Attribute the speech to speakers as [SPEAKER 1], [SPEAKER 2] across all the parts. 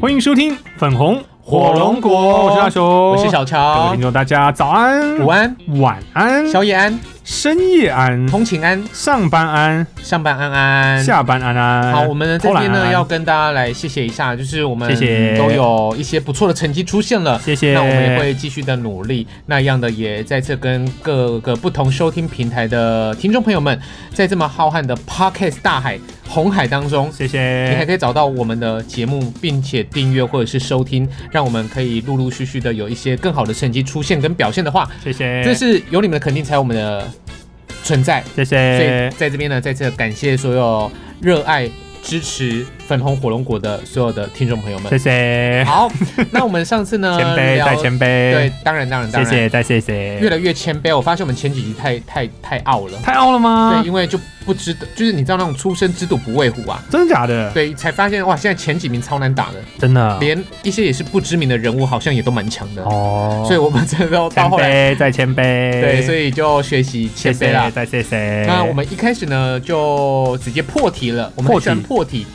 [SPEAKER 1] 欢迎收听粉红我是大雄，
[SPEAKER 2] 我是小
[SPEAKER 1] 各位
[SPEAKER 2] 乔
[SPEAKER 1] 听，众，大家早安、
[SPEAKER 2] 午安、
[SPEAKER 1] 晚安、
[SPEAKER 2] 宵夜安、
[SPEAKER 1] 深夜安、
[SPEAKER 2] 通勤安、
[SPEAKER 1] 上班安、
[SPEAKER 2] 上班安安。
[SPEAKER 1] 下班安安。
[SPEAKER 2] 嗯好，我们呢这
[SPEAKER 1] 偷懒
[SPEAKER 2] 边
[SPEAKER 1] 安
[SPEAKER 2] 呢
[SPEAKER 1] 安
[SPEAKER 2] 要跟大家来谢谢一下，就是我们
[SPEAKER 1] 谢谢
[SPEAKER 2] 都有一些不错的成绩出现了，
[SPEAKER 1] 谢谢
[SPEAKER 2] 那我们也会继续的努力。那一样的也再次跟各个不同收听平台的听众朋友们，在这么浩瀚的 Podcast 大海红海当中，
[SPEAKER 1] 谢
[SPEAKER 2] 你还
[SPEAKER 1] 谢。
[SPEAKER 2] 可以找到我们的节目，并且订阅或者是收听，让我们可以陆陆续续的有一些更好的成绩出现跟表现的话，
[SPEAKER 1] 谢谢，
[SPEAKER 2] 这是有你们的肯定，才有我们的存在。
[SPEAKER 1] 谢
[SPEAKER 2] 所以
[SPEAKER 1] 谢，
[SPEAKER 2] 在这边呢，再次感谢所有热爱支持粉红火龙果的所有的听众朋友们
[SPEAKER 1] 谢。谢，
[SPEAKER 2] 好，那我们上次 呢，
[SPEAKER 1] 谦卑
[SPEAKER 2] 聊
[SPEAKER 1] 再谦卑，
[SPEAKER 2] 对，，当然当然当
[SPEAKER 1] 谢
[SPEAKER 2] 然，
[SPEAKER 1] 谢再谢
[SPEAKER 2] 越
[SPEAKER 1] 谢。
[SPEAKER 2] 来越谦卑。我发现我们前几集太太太傲了，
[SPEAKER 1] 太傲了吗
[SPEAKER 2] 对，？因为就不知道，就是你知道那种出生之犊不畏虎啊。
[SPEAKER 1] 真的假的？
[SPEAKER 2] 对，才发现哇，现在前几名超难打的，
[SPEAKER 1] 真的
[SPEAKER 2] 连一些也是不知名的人物好像也都蛮强的，
[SPEAKER 1] 哦。
[SPEAKER 2] 所以我们真的都
[SPEAKER 1] 谦
[SPEAKER 2] 到后来，
[SPEAKER 1] 卑再谦卑，
[SPEAKER 2] 对，所以就学习谦
[SPEAKER 1] 谢
[SPEAKER 2] 卑啦
[SPEAKER 1] 谢。再谢谢。
[SPEAKER 2] 那我们一开始呢就直接破题了，我们
[SPEAKER 1] 破
[SPEAKER 2] 很
[SPEAKER 1] 题
[SPEAKER 2] 喜欢破题。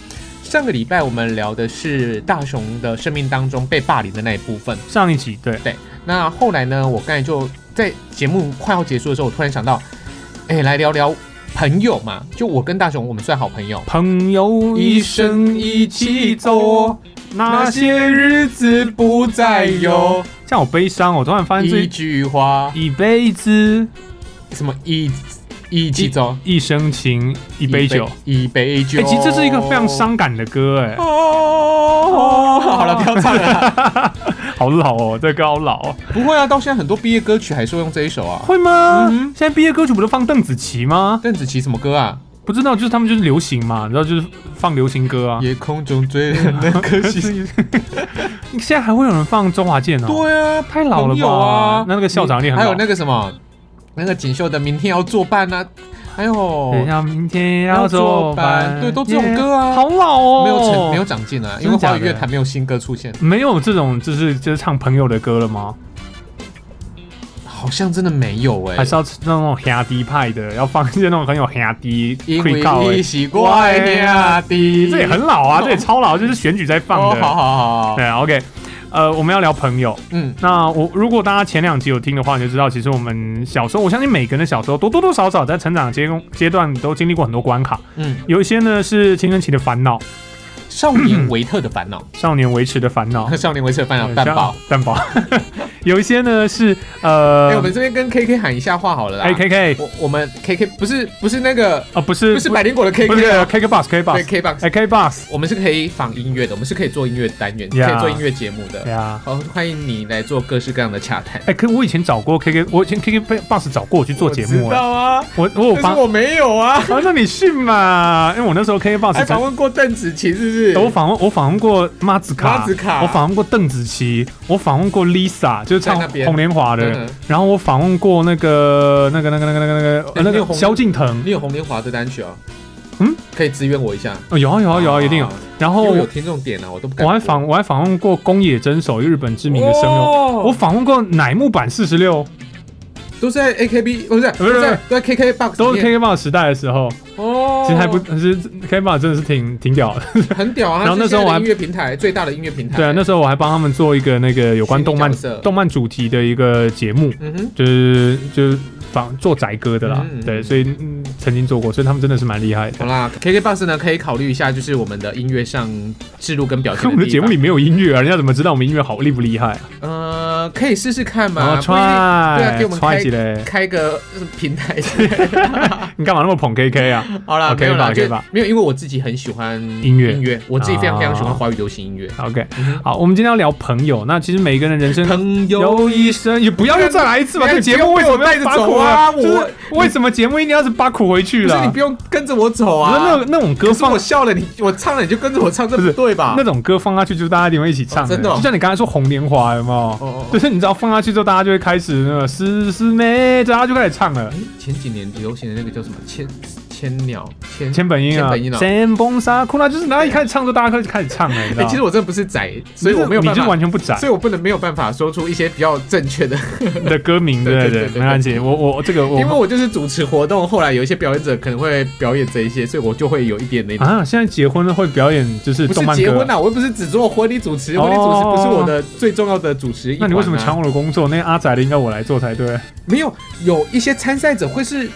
[SPEAKER 2] 上个礼拜我们聊的是大雄的生命当中被霸凌的那一部分，
[SPEAKER 1] 上一集对
[SPEAKER 2] 那后来呢，我刚才就在节目快要结束的时候，我突然想到，哎，来聊聊朋友嘛，就我跟大雄我们算好朋友，
[SPEAKER 1] 朋友一生一起走，那些日子不再有。像我悲伤，哦我突然发现
[SPEAKER 2] 一
[SPEAKER 1] 这
[SPEAKER 2] 句话，
[SPEAKER 1] 一辈子
[SPEAKER 2] 什么一一起走，
[SPEAKER 1] 一生情一杯酒。
[SPEAKER 2] 一杯
[SPEAKER 1] 哎、
[SPEAKER 2] 酒。
[SPEAKER 1] 其实这是一个非常伤感的歌，哎，
[SPEAKER 2] 哦。好了，不要唱了啦。
[SPEAKER 1] 好老哦，这个歌好老哦，
[SPEAKER 2] 不会啊，到现在很多毕业歌曲还是会用这一首啊。
[SPEAKER 1] 会吗？
[SPEAKER 2] 嗯哼
[SPEAKER 1] 现在毕业歌曲不都放邓紫棋吗？
[SPEAKER 2] 邓紫棋什么歌啊？
[SPEAKER 1] 不知道，就是他们就是流行嘛，然后就是放流行歌啊。
[SPEAKER 2] 夜空中最亮的颗 星。
[SPEAKER 1] 现在还会有人放周华健哦？，
[SPEAKER 2] 对啊，
[SPEAKER 1] 太老了
[SPEAKER 2] 朋友
[SPEAKER 1] 吧？
[SPEAKER 2] 啊，
[SPEAKER 1] 那那个校长也很老。
[SPEAKER 2] 还有那个什么，那个锦绣的明天要作伴啊，还有
[SPEAKER 1] 等一下，明天要做饭，
[SPEAKER 2] 对都这种歌啊
[SPEAKER 1] 耶好老哦，
[SPEAKER 2] 没有成没有长进啊，因为
[SPEAKER 1] 真的假
[SPEAKER 2] 华
[SPEAKER 1] 的
[SPEAKER 2] 语乐坛没有新歌出现，
[SPEAKER 1] 没有这种就是就是唱朋友的歌了吗？
[SPEAKER 2] 好像真的没有哎
[SPEAKER 1] 还。是要吃那种黑低派的，要放一些那种很有黑低
[SPEAKER 2] 因
[SPEAKER 1] 会告
[SPEAKER 2] 为你
[SPEAKER 1] 哎，
[SPEAKER 2] 是我的兄弟，
[SPEAKER 1] 这也很老啊，这也超老，就是选举在放
[SPEAKER 2] 哦，
[SPEAKER 1] 的。
[SPEAKER 2] 好好好好，
[SPEAKER 1] 对，OK，呃，我们要聊朋友。
[SPEAKER 2] 嗯，
[SPEAKER 1] 那我如果大家前两集有听的话，你就知道，其实我们小时候，我相信每个人的小时候多多多少少在成长阶阶段都经历过很多关卡，
[SPEAKER 2] 嗯，
[SPEAKER 1] 有一些呢是青春期的烦恼，
[SPEAKER 2] 少年维特的烦恼，
[SPEAKER 1] 少年维持的烦恼，
[SPEAKER 2] 少年维特的烦恼，蛋
[SPEAKER 1] 嗯
[SPEAKER 2] 堡。
[SPEAKER 1] 蛋堡， 有一些呢是呃
[SPEAKER 2] 哎，我们啊这边跟 KK 喊一下话好了啦。
[SPEAKER 1] ，A 哎 K K
[SPEAKER 2] 我我们 KK 不是不是那个
[SPEAKER 1] 啊，不是
[SPEAKER 2] 不是百灵果的
[SPEAKER 1] 不是
[SPEAKER 2] KK 啊，
[SPEAKER 1] K K Bus K
[SPEAKER 2] 对
[SPEAKER 1] Bus
[SPEAKER 2] K box，
[SPEAKER 1] A K Bus
[SPEAKER 2] 我们是可以仿音乐的，我们是可以做音乐单元，
[SPEAKER 1] Yeah
[SPEAKER 2] 可以做音乐节目的。
[SPEAKER 1] 呀。
[SPEAKER 2] 好，欢迎你来做各式各样的洽谈。
[SPEAKER 1] 啊哎，可我以前找过 K K，我以前 K K Bus 找过我去做节目
[SPEAKER 2] 我知
[SPEAKER 1] 哎，
[SPEAKER 2] 道啊，
[SPEAKER 1] 我我有
[SPEAKER 2] 但
[SPEAKER 1] 帮
[SPEAKER 2] 是，我哎没有啊，
[SPEAKER 1] 啊，那你信嘛？因为我那时候 K K
[SPEAKER 2] 还
[SPEAKER 1] Bus
[SPEAKER 2] 访
[SPEAKER 1] 曾
[SPEAKER 2] 问过邓紫棋，是不是？
[SPEAKER 1] 我访问我访问过马子卡
[SPEAKER 2] 马子卡
[SPEAKER 1] 我访问过邓紫棋，我访问过 Lisa，就是唱
[SPEAKER 2] 在那
[SPEAKER 1] 《
[SPEAKER 2] 边
[SPEAKER 1] 红莲华》的
[SPEAKER 2] 嗯嗯，
[SPEAKER 1] 然后我访问过那个那个那个那个那个那个呃
[SPEAKER 2] 那
[SPEAKER 1] 那
[SPEAKER 2] 你有
[SPEAKER 1] 个
[SPEAKER 2] 红
[SPEAKER 1] 萧敬腾，
[SPEAKER 2] 你有红莲华的单曲哦，
[SPEAKER 1] 嗯，
[SPEAKER 2] 可以支援我一下。
[SPEAKER 1] 哦有啊有啊有啊，一定有
[SPEAKER 2] 啊。
[SPEAKER 1] 然后
[SPEAKER 2] 因为有听众点啊，我都不敢
[SPEAKER 1] 我
[SPEAKER 2] 播。
[SPEAKER 1] 还访我还访问过宫野真守，一个日本知名的声优。
[SPEAKER 2] 哦
[SPEAKER 1] 我访问过乃木坂四十六，
[SPEAKER 2] 都是在 AKB，不
[SPEAKER 1] 不
[SPEAKER 2] 是
[SPEAKER 1] 是
[SPEAKER 2] 都在都在 KK box，
[SPEAKER 1] 都是 KK 棒时代的时候，
[SPEAKER 2] 哦，
[SPEAKER 1] 其实还不，其实 KK 棒真的是挺挺屌 的。
[SPEAKER 2] 很屌啊。
[SPEAKER 1] 然后那时候我还
[SPEAKER 2] 它是现在的音乐平台最大的音乐平台，
[SPEAKER 1] 对啊，那时候我还帮他们做一个那个有关动漫
[SPEAKER 2] 虚拟角色
[SPEAKER 1] 动漫主题的一个节目，
[SPEAKER 2] 嗯哼，
[SPEAKER 1] 就是就是仿做宅歌的啦
[SPEAKER 2] 嗯嗯。嗯
[SPEAKER 1] 对，所以嗯曾经做过，所以他们真的是蛮厉害的。
[SPEAKER 2] 好啦，KK box 呢可以考虑一下，就是我们的音乐上制度跟表现
[SPEAKER 1] 可 我们的节目
[SPEAKER 2] 地方
[SPEAKER 1] 里没有音乐啊，人家怎么知道我们音乐好厉不厉害 啊？
[SPEAKER 2] 呃，可以试试看
[SPEAKER 1] 然
[SPEAKER 2] 嘛，
[SPEAKER 1] 后
[SPEAKER 2] 不一定对啊
[SPEAKER 1] 踹
[SPEAKER 2] 给我们
[SPEAKER 1] 踹
[SPEAKER 2] 开
[SPEAKER 1] 起来，
[SPEAKER 2] 开个呃平台。
[SPEAKER 1] 你干嘛那么捧 KK 啊
[SPEAKER 2] 好啦，
[SPEAKER 1] OK
[SPEAKER 2] 没有
[SPEAKER 1] 吧
[SPEAKER 2] 啦，就
[SPEAKER 1] OK 吧
[SPEAKER 2] 没有，因为我自己很喜欢
[SPEAKER 1] 音乐
[SPEAKER 2] 音乐，我自己非常非常喜
[SPEAKER 1] 啊
[SPEAKER 2] 欢华语流行音乐。
[SPEAKER 1] ？OK，
[SPEAKER 2] 嗯哼
[SPEAKER 1] 好，我们今天要聊朋友。那其实每一个人的人生
[SPEAKER 2] 朋友，
[SPEAKER 1] 有医生，也不要又再来一次吧。
[SPEAKER 2] 哎
[SPEAKER 1] 这个节目为什么要拔苦啊？
[SPEAKER 2] 不要被我带着走啊
[SPEAKER 1] 就是为什么节目一定要是拔苦回去
[SPEAKER 2] 不是
[SPEAKER 1] 了？
[SPEAKER 2] 你不用跟着我走
[SPEAKER 1] 不是
[SPEAKER 2] 啊
[SPEAKER 1] 那。那种歌
[SPEAKER 2] 可是
[SPEAKER 1] 放
[SPEAKER 2] 我笑了，你我唱了你就跟着我唱，这
[SPEAKER 1] 不
[SPEAKER 2] 不
[SPEAKER 1] 是
[SPEAKER 2] 对吧
[SPEAKER 1] 那？种歌放下去，就是大家一定会一起唱
[SPEAKER 2] 哦真的哦
[SPEAKER 1] 就像你刚才说《红莲华》，有没有？
[SPEAKER 2] 哦
[SPEAKER 1] 就，是你知道放下去之后，大家就会开始那个师师妹，大家就开始唱了
[SPEAKER 2] 哎。，前几年流行的那个叫什么千千鸟千
[SPEAKER 1] 千本樱啊，
[SPEAKER 2] 千本樱啊
[SPEAKER 1] 千崩沙库拉，就是哪里开始唱就大家开始唱了，你知道
[SPEAKER 2] 哎，
[SPEAKER 1] 吗？
[SPEAKER 2] 其实我真的不是宅，所以
[SPEAKER 1] 你
[SPEAKER 2] 我
[SPEAKER 1] 就
[SPEAKER 2] 没有
[SPEAKER 1] 你
[SPEAKER 2] 办
[SPEAKER 1] 就
[SPEAKER 2] 法
[SPEAKER 1] 完，全不宅
[SPEAKER 2] 所以我不能没有办法说出一些比较正确的，
[SPEAKER 1] 的歌名，
[SPEAKER 2] 对
[SPEAKER 1] 对
[SPEAKER 2] 对
[SPEAKER 1] 对对，
[SPEAKER 2] 对对
[SPEAKER 1] 没关系，我我我这个
[SPEAKER 2] 因为
[SPEAKER 1] 我
[SPEAKER 2] 我就是主持活动，后来有一些表演者可能会表演这一些，所以我就会有一点那种。
[SPEAKER 1] 啊，现在结婚了会表演就是
[SPEAKER 2] 不是
[SPEAKER 1] 动漫
[SPEAKER 2] 结
[SPEAKER 1] 歌
[SPEAKER 2] 婚，啊，我又不是只做婚礼主持，
[SPEAKER 1] 哦
[SPEAKER 2] 婚礼主持不是我的最重要的主持、啊
[SPEAKER 1] 那你为什么抢？我的工作？那个阿宅的应该我来做才对。
[SPEAKER 2] 没有，有一些参赛者会是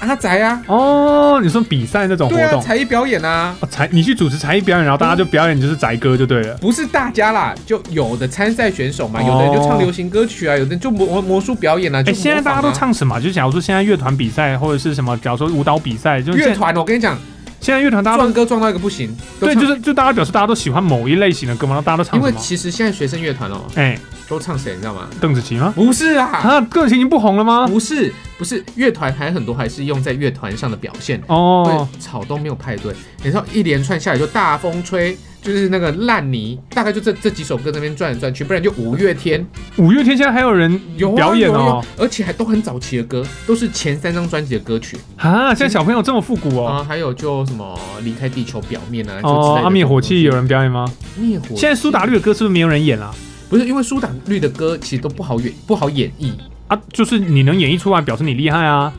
[SPEAKER 2] 阿宅啊，
[SPEAKER 1] 哦，你说比赛那种活
[SPEAKER 2] 对啊，
[SPEAKER 1] 动，
[SPEAKER 2] 才嗯艺表演啊，
[SPEAKER 1] 哦才你去主持才艺表演，然后大家就表演就是宅歌就对了。
[SPEAKER 2] 不是大家啦，就有的参赛选手嘛，
[SPEAKER 1] 哦
[SPEAKER 2] 有的人就唱流行歌曲啊，有的人就魔魔术表演啊，就
[SPEAKER 1] 哎，
[SPEAKER 2] 模仿啊
[SPEAKER 1] 现在大家都唱什么？就假如说现在乐团比赛或者是什么，假如说舞蹈比赛，就是
[SPEAKER 2] 乐
[SPEAKER 1] 现在
[SPEAKER 2] 团，我跟你讲，
[SPEAKER 1] 现在乐团大家都
[SPEAKER 2] 撞歌撞到一个不行，都
[SPEAKER 1] 对，
[SPEAKER 2] 唱
[SPEAKER 1] 就是就大家表示大家都喜欢某一类型的歌嘛，然后大家都唱
[SPEAKER 2] 因为
[SPEAKER 1] 什么？
[SPEAKER 2] 其实现在学生乐团哦，
[SPEAKER 1] 哎，
[SPEAKER 2] 都唱谁你知道吗？
[SPEAKER 1] 邓紫棋吗？
[SPEAKER 2] 不是啊，
[SPEAKER 1] 啊，邓紫棋已经不红了吗？
[SPEAKER 2] 不是不是，乐团还很多还是用在乐团上的表现。
[SPEAKER 1] 哦，
[SPEAKER 2] 对，草东没有派对，然后一连串下来就大风吹，就是那个烂泥，大概就这这几首歌那边转来转去，不然就五月天
[SPEAKER 1] 五月天现在还有人
[SPEAKER 2] 有啊
[SPEAKER 1] 表演
[SPEAKER 2] 有啊有
[SPEAKER 1] 哦
[SPEAKER 2] 啊，而且还都很早期的歌，都是前三张专辑的歌曲
[SPEAKER 1] 啊！现在小朋友这么复古哦。
[SPEAKER 2] 啊，还有就什么离开地球表面啊，就之类
[SPEAKER 1] 哦
[SPEAKER 2] 的，
[SPEAKER 1] 啊，灭火器有
[SPEAKER 2] 东
[SPEAKER 1] 人表演吗？
[SPEAKER 2] 西灭火器，
[SPEAKER 1] 现在苏打绿的歌是不是没有人演啊？
[SPEAKER 2] 不是因为苏打绿的歌其实都不好演不好演绎，
[SPEAKER 1] 啊，就是你能演绎出来，表示你厉害啊。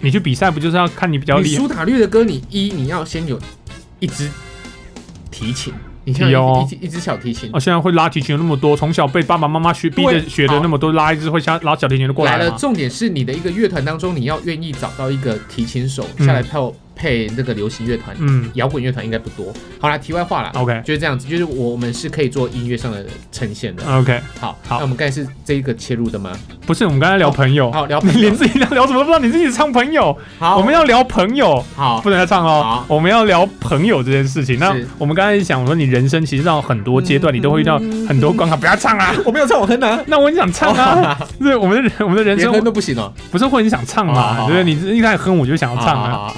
[SPEAKER 1] 你去比赛不就是要看你比较
[SPEAKER 2] 你
[SPEAKER 1] 厉害？
[SPEAKER 2] 苏打绿的歌，你一你要先有一支提琴，你像一
[SPEAKER 1] 有哦
[SPEAKER 2] 一一支小提琴，
[SPEAKER 1] 哦，现在会拉提琴有那么多，从小被爸爸妈妈学逼着
[SPEAKER 2] 对
[SPEAKER 1] 学的那么多，拉一支会下拉小提琴就过
[SPEAKER 2] 来
[SPEAKER 1] 来
[SPEAKER 2] 了。
[SPEAKER 1] 了。
[SPEAKER 2] 重点是你的一个乐团当中，你要愿意找到一个提琴手
[SPEAKER 1] 嗯
[SPEAKER 2] 下来配配那个流行乐团，
[SPEAKER 1] 嗯
[SPEAKER 2] 摇滚乐团应该不多。好啦，题外话啦，
[SPEAKER 1] ，OK
[SPEAKER 2] 就是这样子，就是我们是可以做音乐上的呈现的。
[SPEAKER 1] OK，
[SPEAKER 2] 好，
[SPEAKER 1] 嗯好
[SPEAKER 2] 那我们刚才是这一个切入的吗？
[SPEAKER 1] 不是我们刚才聊朋友，
[SPEAKER 2] 好，聊
[SPEAKER 1] 你
[SPEAKER 2] 朋友
[SPEAKER 1] 连自己聊聊什么都不知道，你自己唱朋友。
[SPEAKER 2] 好，
[SPEAKER 1] 我们要聊朋友，
[SPEAKER 2] 好
[SPEAKER 1] 不能再唱哦
[SPEAKER 2] 好。
[SPEAKER 1] 我们要聊朋友这件事情。那
[SPEAKER 2] 是
[SPEAKER 1] 我们刚才讲说，你人生其实到很多阶段，你都会遇到
[SPEAKER 2] 嗯
[SPEAKER 1] 很多关卡。不要唱 啊！
[SPEAKER 2] 我没有唱，我哼的，
[SPEAKER 1] 那我很想唱啊！ 对，我们的我们的人
[SPEAKER 2] 连
[SPEAKER 1] 生
[SPEAKER 2] 哦哼都不行哦。
[SPEAKER 1] 不是会很想唱
[SPEAKER 2] 好好
[SPEAKER 1] 嘛？
[SPEAKER 2] 好
[SPEAKER 1] 对不对？你一开始哼我就想要唱
[SPEAKER 2] 好
[SPEAKER 1] 啊，
[SPEAKER 2] 好好好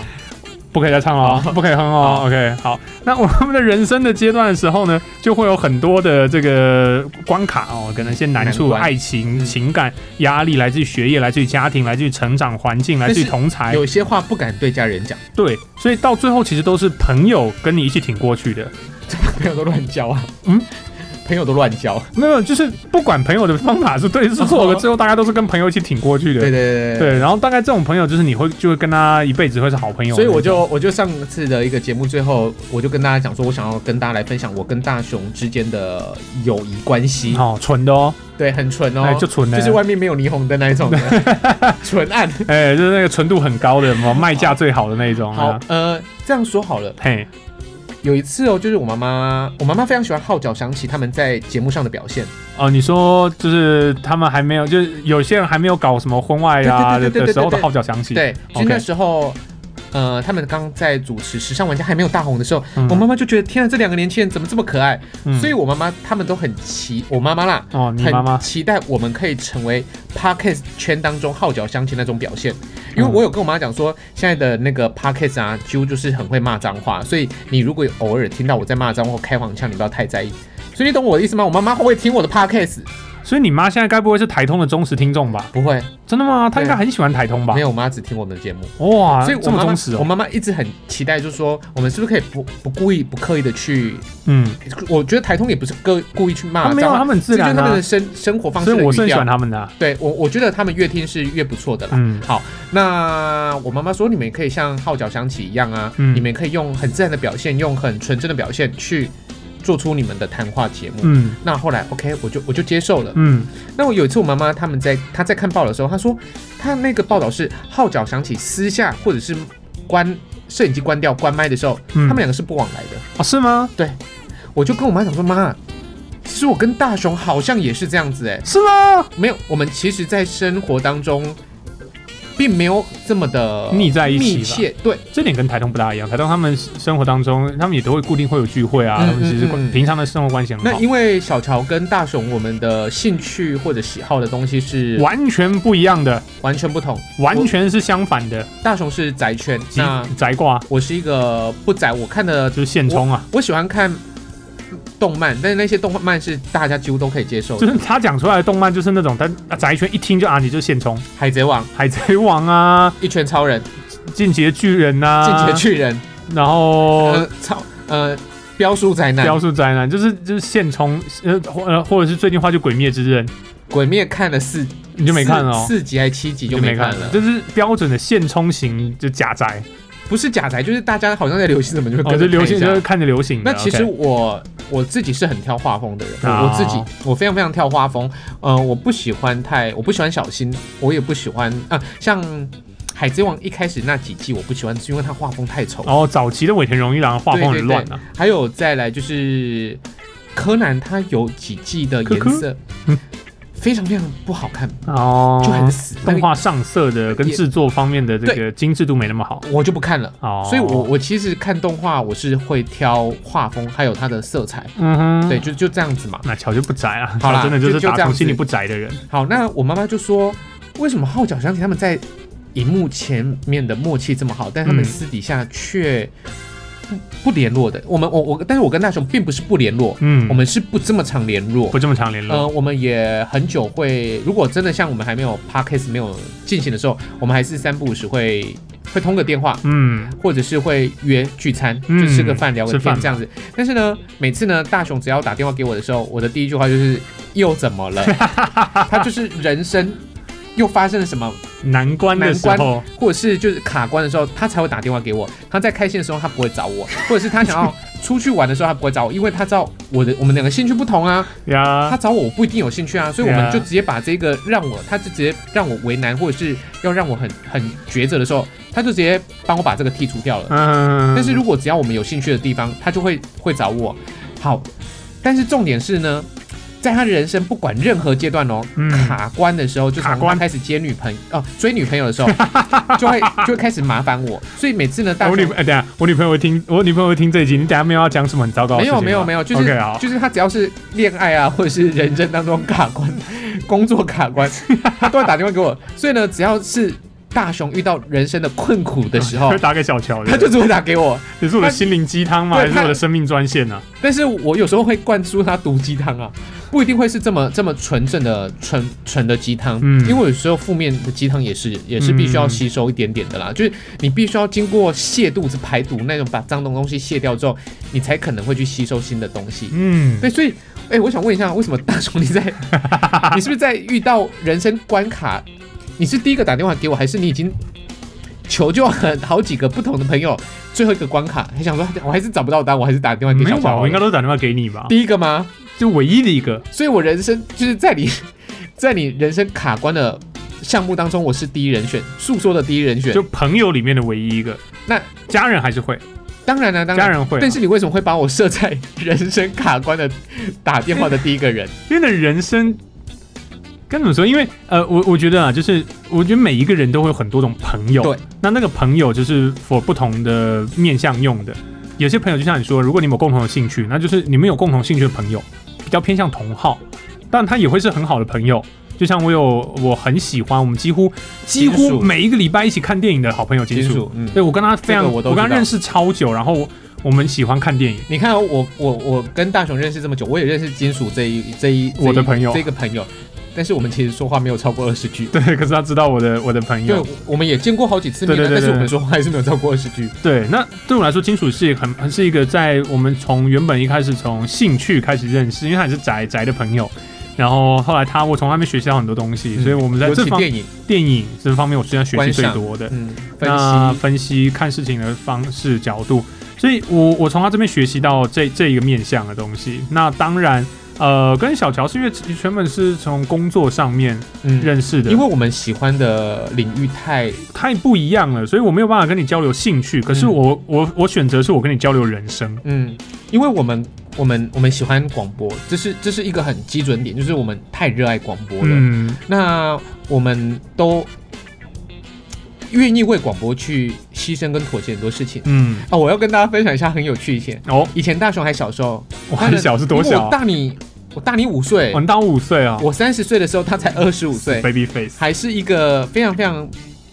[SPEAKER 1] 不可以再唱了
[SPEAKER 2] 好
[SPEAKER 1] 哦，不可以哼哦。
[SPEAKER 2] 好
[SPEAKER 1] OK，好。那我们的人生的阶段的时候呢，就会有很多的这个关卡哦，可能一些难处、
[SPEAKER 2] 难关
[SPEAKER 1] 爱情、
[SPEAKER 2] 嗯
[SPEAKER 1] 情感、压力，来自于学业，来自于家庭，来自于成长环境，来自于
[SPEAKER 2] 但是
[SPEAKER 1] 同才。
[SPEAKER 2] 有些话不敢对家人讲，
[SPEAKER 1] 对，所以到最后其实都是朋友跟你一起挺过去的。
[SPEAKER 2] 朋友都乱交啊。
[SPEAKER 1] 嗯，
[SPEAKER 2] 朋友都乱交。
[SPEAKER 1] 没有，就是不管朋友的方法是对是错的，最后大家都是跟朋友一起挺过去的。
[SPEAKER 2] 嗯对对对
[SPEAKER 1] 对，然后大概这种朋友就是你会就会跟他一辈子会是好朋友那种，
[SPEAKER 2] 所以我就我就上次的一个节目最后，我就跟大家讲说，我想要跟大家来分享我跟大雄之间的友谊关系，
[SPEAKER 1] 哦纯的哦，
[SPEAKER 2] 对，很纯
[SPEAKER 1] 哎
[SPEAKER 2] 哦，
[SPEAKER 1] 就纯的，
[SPEAKER 2] 就是外面没有霓虹灯那一种的， 纯暗。
[SPEAKER 1] 哎就是那个纯度很高的，什么卖价最好的那一种
[SPEAKER 2] 好
[SPEAKER 1] 啊，，
[SPEAKER 2] 呃，这样说好了，
[SPEAKER 1] 嘿，
[SPEAKER 2] 有一次哦，就是我妈妈，我妈妈非常喜欢号角响起他们在节目上的表现，
[SPEAKER 1] 哦你说就是他们还没有，就是有些人还没有搞什么婚外啊
[SPEAKER 2] 对
[SPEAKER 1] 的
[SPEAKER 2] 对对对
[SPEAKER 1] 的时候
[SPEAKER 2] 对对
[SPEAKER 1] 的号角响起，
[SPEAKER 2] 对，就是那
[SPEAKER 1] OK
[SPEAKER 2] 时候。呃，他们刚在主持《时尚玩家》还没有大红的时候，
[SPEAKER 1] 嗯
[SPEAKER 2] 我妈妈就觉得天啊，这两个年轻人怎么这么可爱？
[SPEAKER 1] 嗯，
[SPEAKER 2] 所以我妈妈他们都很期我妈妈啦，
[SPEAKER 1] 哦你
[SPEAKER 2] 很
[SPEAKER 1] 妈妈
[SPEAKER 2] 期待我们可以成为 podcast 圈当中号角响起那种表现，
[SPEAKER 1] 嗯
[SPEAKER 2] 因为我有跟我妈讲说，现在的那个 podcast 啊，几乎就是很会骂脏话，所以你如果有偶尔听到我在骂脏话、开黄腔，你不要太在意。所以你懂我的意思吗？我妈妈会听我的 podcast，
[SPEAKER 1] 所以你妈现在该不会是台通的忠实听众吧？
[SPEAKER 2] 不会，
[SPEAKER 1] 真的吗？她应该
[SPEAKER 2] 对
[SPEAKER 1] 很喜欢台通吧
[SPEAKER 2] 没？有，我妈只听我们的节目。
[SPEAKER 1] 哇，
[SPEAKER 2] 所以我
[SPEAKER 1] 这么
[SPEAKER 2] 妈妈
[SPEAKER 1] 忠实，
[SPEAKER 2] 我
[SPEAKER 1] 哦，
[SPEAKER 2] 妈妈一直很期待，就是说我们是不是可以不不故意、不刻意的去，
[SPEAKER 1] 嗯，
[SPEAKER 2] 我觉得台通也不是故故意去骂
[SPEAKER 1] 他
[SPEAKER 2] 脏
[SPEAKER 1] 没有，他
[SPEAKER 2] 啊话，
[SPEAKER 1] 们很
[SPEAKER 2] 这
[SPEAKER 1] 自
[SPEAKER 2] 就是
[SPEAKER 1] 然
[SPEAKER 2] 他们
[SPEAKER 1] 啊
[SPEAKER 2] 的，生生活方式
[SPEAKER 1] 所
[SPEAKER 2] 的
[SPEAKER 1] 以我
[SPEAKER 2] 语
[SPEAKER 1] 是很喜
[SPEAKER 2] 调
[SPEAKER 1] 欢他们的啊。
[SPEAKER 2] 对我，我觉得他们越听是越不错的啦。
[SPEAKER 1] 嗯，
[SPEAKER 2] 那我妈妈说，你们也可以像号角响起一样啊，
[SPEAKER 1] 嗯
[SPEAKER 2] 你们也可以用很自然的表现，用很纯真的表现去做出你们的谈话节目。
[SPEAKER 1] 嗯
[SPEAKER 2] 那后来，OK，我就我就接受了。
[SPEAKER 1] 嗯，
[SPEAKER 2] 那我有一次，我妈妈他们在她在看报的时候，她说她那个报道是号角响起，私下或者是关摄影机关掉关麦的时候，
[SPEAKER 1] 嗯
[SPEAKER 2] 他们两个是不往来的。
[SPEAKER 1] 哦，是吗？
[SPEAKER 2] 我就跟我妈讲说，妈，其实我跟大雄好像也是这样子哎、
[SPEAKER 1] 是吗？
[SPEAKER 2] 没有，我们其实，在生活当中，并没有这么的
[SPEAKER 1] 腻在一起吧
[SPEAKER 2] 密切。对，
[SPEAKER 1] 这点跟台东不大一样，台东他们生活当中，他们也都会固定会有聚会啊，
[SPEAKER 2] 嗯
[SPEAKER 1] 他们其实
[SPEAKER 2] 嗯嗯嗯
[SPEAKER 1] 平常的生活关系很
[SPEAKER 2] 那
[SPEAKER 1] 好，
[SPEAKER 2] 因为小乔跟大雄，我们的兴趣或者喜好的东西是
[SPEAKER 1] 完全不一样的，
[SPEAKER 2] 完全不同。
[SPEAKER 1] 完全是相反的，
[SPEAKER 2] 大雄是宅圈，
[SPEAKER 1] 即
[SPEAKER 2] 那
[SPEAKER 1] 宅挂
[SPEAKER 2] 我是一个不宅。我看的，
[SPEAKER 1] 就是现充啊，
[SPEAKER 2] 我喜欢看动漫，但是那些动漫是大家几乎都可以接受
[SPEAKER 1] 就
[SPEAKER 2] 的，
[SPEAKER 1] 是他讲出来的动漫就是啊那种，他宅圈一听就啊，你就现充，
[SPEAKER 2] 《海贼王》《
[SPEAKER 1] 海贼王啊，
[SPEAKER 2] 一拳超人》
[SPEAKER 1] 进击的巨人呐、
[SPEAKER 2] 进击的巨人，
[SPEAKER 1] 然后
[SPEAKER 2] 呃，超呃，标叔宅男，
[SPEAKER 1] 雕塑宅男，就是就是现充，呃或呃或者是最近话就《鬼灭之刃》，
[SPEAKER 2] 鬼灭看了四，
[SPEAKER 1] 你就没看了、哦。
[SPEAKER 2] 四四集还七集就
[SPEAKER 1] 就
[SPEAKER 2] 没
[SPEAKER 1] 没
[SPEAKER 2] 看
[SPEAKER 1] 了，
[SPEAKER 2] 了，
[SPEAKER 1] 就是标准的现充型就假宅，
[SPEAKER 2] 不是假宅，就是大家好像在流行什么就
[SPEAKER 1] 哦，
[SPEAKER 2] 跟
[SPEAKER 1] 就
[SPEAKER 2] 着
[SPEAKER 1] 流行就
[SPEAKER 2] 看一
[SPEAKER 1] 是
[SPEAKER 2] 下。嗯
[SPEAKER 1] 看着流行的。
[SPEAKER 2] 那其实
[SPEAKER 1] OK
[SPEAKER 2] 我我自己是很挑画风的人，我
[SPEAKER 1] 哦
[SPEAKER 2] 我自己我非常非常挑画风，呃，我不喜欢太，我不喜欢小新，我也不喜欢啊、像海贼王一开始那几季我不喜欢，是因为它画风太丑，
[SPEAKER 1] 哦，早期的尾田荣一郎画风很乱啊，
[SPEAKER 2] 还有再来就是柯南，它有几季的
[SPEAKER 1] 柯柯
[SPEAKER 2] 颜色
[SPEAKER 1] 嗯
[SPEAKER 2] 非常非常不好看，
[SPEAKER 1] 哦，
[SPEAKER 2] 就很死，那
[SPEAKER 1] 动
[SPEAKER 2] 个
[SPEAKER 1] 画上色的跟
[SPEAKER 2] 也
[SPEAKER 1] 制作方面的这个精致度没那么好。
[SPEAKER 2] 我就不看了。
[SPEAKER 1] 哦，
[SPEAKER 2] 所以我，我其实看动画，我是会挑画风，还有它的色彩，
[SPEAKER 1] 嗯哼，
[SPEAKER 2] 对，，就就这样子嘛。
[SPEAKER 1] 那乔就不宅啊，
[SPEAKER 2] 好啦
[SPEAKER 1] 乔真的就是
[SPEAKER 2] 就就
[SPEAKER 1] 打
[SPEAKER 2] 这样
[SPEAKER 1] 从
[SPEAKER 2] 子
[SPEAKER 1] 心里不宅的人。
[SPEAKER 2] 好，那我妈妈就说，为什么号角响起他们在荧幕前面的默契这么好，但他们
[SPEAKER 1] 嗯
[SPEAKER 2] 私底下却不不联络的？我们我我，但是我跟大雄并不是不联络，
[SPEAKER 1] 嗯，
[SPEAKER 2] 我们是不这么常联络。
[SPEAKER 1] 不这么常联络。
[SPEAKER 2] 呃，我们也很久会，如果真的像我们还没有 podcast 没有进行的时候，我们还是三不五时会会通个电话，
[SPEAKER 1] 嗯，
[SPEAKER 2] 或者是会约聚餐，
[SPEAKER 1] 嗯
[SPEAKER 2] 就吃个饭聊个
[SPEAKER 1] 吃饭
[SPEAKER 2] 天这样子。但是呢，每次呢，大雄只要打电话给我的时候，我的第一句话就是又怎么了？ 他就是人生又发生了什么，
[SPEAKER 1] 难关的时候，
[SPEAKER 2] 或者是就是卡关的时候，他才会打电话给我。他在开心的时候，他不会找我，或者是他想 要出去玩的时候，他不会找我，因为他知道我的我们两个兴趣不 同啊。他
[SPEAKER 1] 呀，
[SPEAKER 2] 找我，我不一定有兴趣啊，所以我
[SPEAKER 1] Yeah.
[SPEAKER 2] 们就直接把这个让我，他就直接让我为难，或者是要让我很很抉择的时候，他就直接帮我把这个剔除掉了。
[SPEAKER 1] 嗯，
[SPEAKER 2] 但是如果只要我们有兴趣的地方，他就会会找我。好，但是重点是呢，在他的人生不管任何阶段哦，
[SPEAKER 1] 嗯
[SPEAKER 2] 卡关的时候，就
[SPEAKER 1] 卡
[SPEAKER 2] 从
[SPEAKER 1] 关
[SPEAKER 2] 他开始接女朋友哦、追女朋友 的时候，就会就会开始麻烦我，所以每次呢，大
[SPEAKER 1] 我女
[SPEAKER 2] 雄
[SPEAKER 1] 朋，哎等一下，我女朋友会听，我女朋友会听这一集，你等一下没有要讲什么很糟糕的
[SPEAKER 2] 没
[SPEAKER 1] 事情吗啊
[SPEAKER 2] 有没有没有，就是
[SPEAKER 1] OK 好，
[SPEAKER 2] 就是他只要是恋爱啊，或者是人生当中卡关、工作卡关， 他都会打电话给我。所以呢，只要是大雄遇到人生的困苦 的时候
[SPEAKER 1] 会，打给小乔的，
[SPEAKER 2] 他就只会打给我。
[SPEAKER 1] 你是我的心灵鸡汤吗？
[SPEAKER 2] 对
[SPEAKER 1] 还是
[SPEAKER 2] 他
[SPEAKER 1] 我的生命专线啊呢？
[SPEAKER 2] 但是我有时候会灌输他毒鸡汤啊，不一定会是这么这么纯正的纯纯的鸡汤，
[SPEAKER 1] 嗯
[SPEAKER 2] 因为有时候负面的鸡汤也是也是必须要吸收一点点的
[SPEAKER 1] 嗯
[SPEAKER 2] 啦，就是你必须要经过泻肚子排毒那种把脏的东西卸掉之后，你才可能会去吸收新的东西。
[SPEAKER 1] 嗯，
[SPEAKER 2] 对，所以，哎、我想问一下，为什么大雄 你在，你是不是在遇到人生关卡，你是第一个打电话给我，还是你已经求救很好几个不同的朋友，最后一个关卡，还想说我还是找不到答案，我还是打电话给
[SPEAKER 1] 没
[SPEAKER 2] 小
[SPEAKER 1] 有吧？
[SPEAKER 2] 乔好
[SPEAKER 1] 我应该
[SPEAKER 2] 了。
[SPEAKER 1] 都打电话给你吧，
[SPEAKER 2] 第一个吗？
[SPEAKER 1] 就唯一的一个。
[SPEAKER 2] 所以我人生就是在你， 在你人生卡关的项目当中，我是第一人选，诉说的第一人选
[SPEAKER 1] 就。朋友里面的唯一一个。
[SPEAKER 2] 那
[SPEAKER 1] 家人还是会，
[SPEAKER 2] 当然了、当
[SPEAKER 1] 家
[SPEAKER 2] 然。
[SPEAKER 1] 人会啊，
[SPEAKER 2] 但是你为什么会把我设在人生卡关的打电话的第一个人？
[SPEAKER 1] 因为你的人生跟怎么说？因为呃，我我觉得啊，就是我觉得每一个人都会有很多种朋友，
[SPEAKER 2] 对，
[SPEAKER 1] 那那个朋友就是 for 不同的面向用的。有些朋友就像你说，如果你们有共同的兴趣，那就是你们有共同兴趣的朋友，比较偏向同好，但他也会是很好的朋友。就像我有我很喜欢，我们几乎几
[SPEAKER 2] 金
[SPEAKER 1] 乎
[SPEAKER 2] 属
[SPEAKER 1] 每一个礼拜一起看电影的好朋友 金属，，
[SPEAKER 2] 嗯
[SPEAKER 1] 对我跟他非常，
[SPEAKER 2] 这个我都
[SPEAKER 1] 跟他
[SPEAKER 2] 知道
[SPEAKER 1] 认识超久，然后我我们喜欢看电影。
[SPEAKER 2] 你看哦我我我跟大雄认识这么久，我也认识金属这一这一这一
[SPEAKER 1] 我的朋友
[SPEAKER 2] 这个朋友，但是我们其实说话没有超过二十句。
[SPEAKER 1] 对，可是他知道我的我的朋
[SPEAKER 2] 对
[SPEAKER 1] 友。，
[SPEAKER 2] 我们也见过好几次
[SPEAKER 1] 嗯
[SPEAKER 2] 面
[SPEAKER 1] 对
[SPEAKER 2] 了，
[SPEAKER 1] 对对
[SPEAKER 2] 但是
[SPEAKER 1] 对
[SPEAKER 2] 我们说话还是没有超过二十句。
[SPEAKER 1] 对，那对我来说，金属是一个很很是一个在我们从原本一开始从兴趣开始认识，因为他也是宅宅的朋友。然后后来他，我从他那边学习到很多东西，
[SPEAKER 2] 嗯
[SPEAKER 1] 所以我们在
[SPEAKER 2] 尤
[SPEAKER 1] 这
[SPEAKER 2] 其
[SPEAKER 1] 方
[SPEAKER 2] 电影，
[SPEAKER 1] 电影这方面，我实际上学习
[SPEAKER 2] 观
[SPEAKER 1] 最
[SPEAKER 2] 赏
[SPEAKER 1] 多的。
[SPEAKER 2] 嗯，分
[SPEAKER 1] 那
[SPEAKER 2] 析，
[SPEAKER 1] 分析看事情的方式角度，所以我我从他这边学习到这这一个面向的东西。那当然，呃，跟小乔是因为原本是从工作上面
[SPEAKER 2] 嗯，
[SPEAKER 1] 认识的，
[SPEAKER 2] 因为我们喜欢的领域太
[SPEAKER 1] 太不一样了，所以我没有办法跟你交流兴趣。可是
[SPEAKER 2] 嗯
[SPEAKER 1] 我、我我选择是我跟你交流人生，
[SPEAKER 2] 嗯，因为我们我们我们喜欢广播，这是这是一个很基准点，就是我们太热爱广播了。
[SPEAKER 1] 嗯，
[SPEAKER 2] 那我们都愿意为广播去牺牲跟妥协很多事情。
[SPEAKER 1] 嗯，
[SPEAKER 2] 啊、我要跟大家分享一下很有趣以前，
[SPEAKER 1] 哦，
[SPEAKER 2] 以前大雄还小时候，
[SPEAKER 1] 我
[SPEAKER 2] 他
[SPEAKER 1] 很
[SPEAKER 2] 的
[SPEAKER 1] 小是多
[SPEAKER 2] 因为
[SPEAKER 1] 小
[SPEAKER 2] 我
[SPEAKER 1] 啊？
[SPEAKER 2] 大你，我大你五岁
[SPEAKER 1] 我，大我五岁啊
[SPEAKER 2] 我三十岁的时候他才二十五岁，
[SPEAKER 1] ，baby face，
[SPEAKER 2] 还是一个非常非常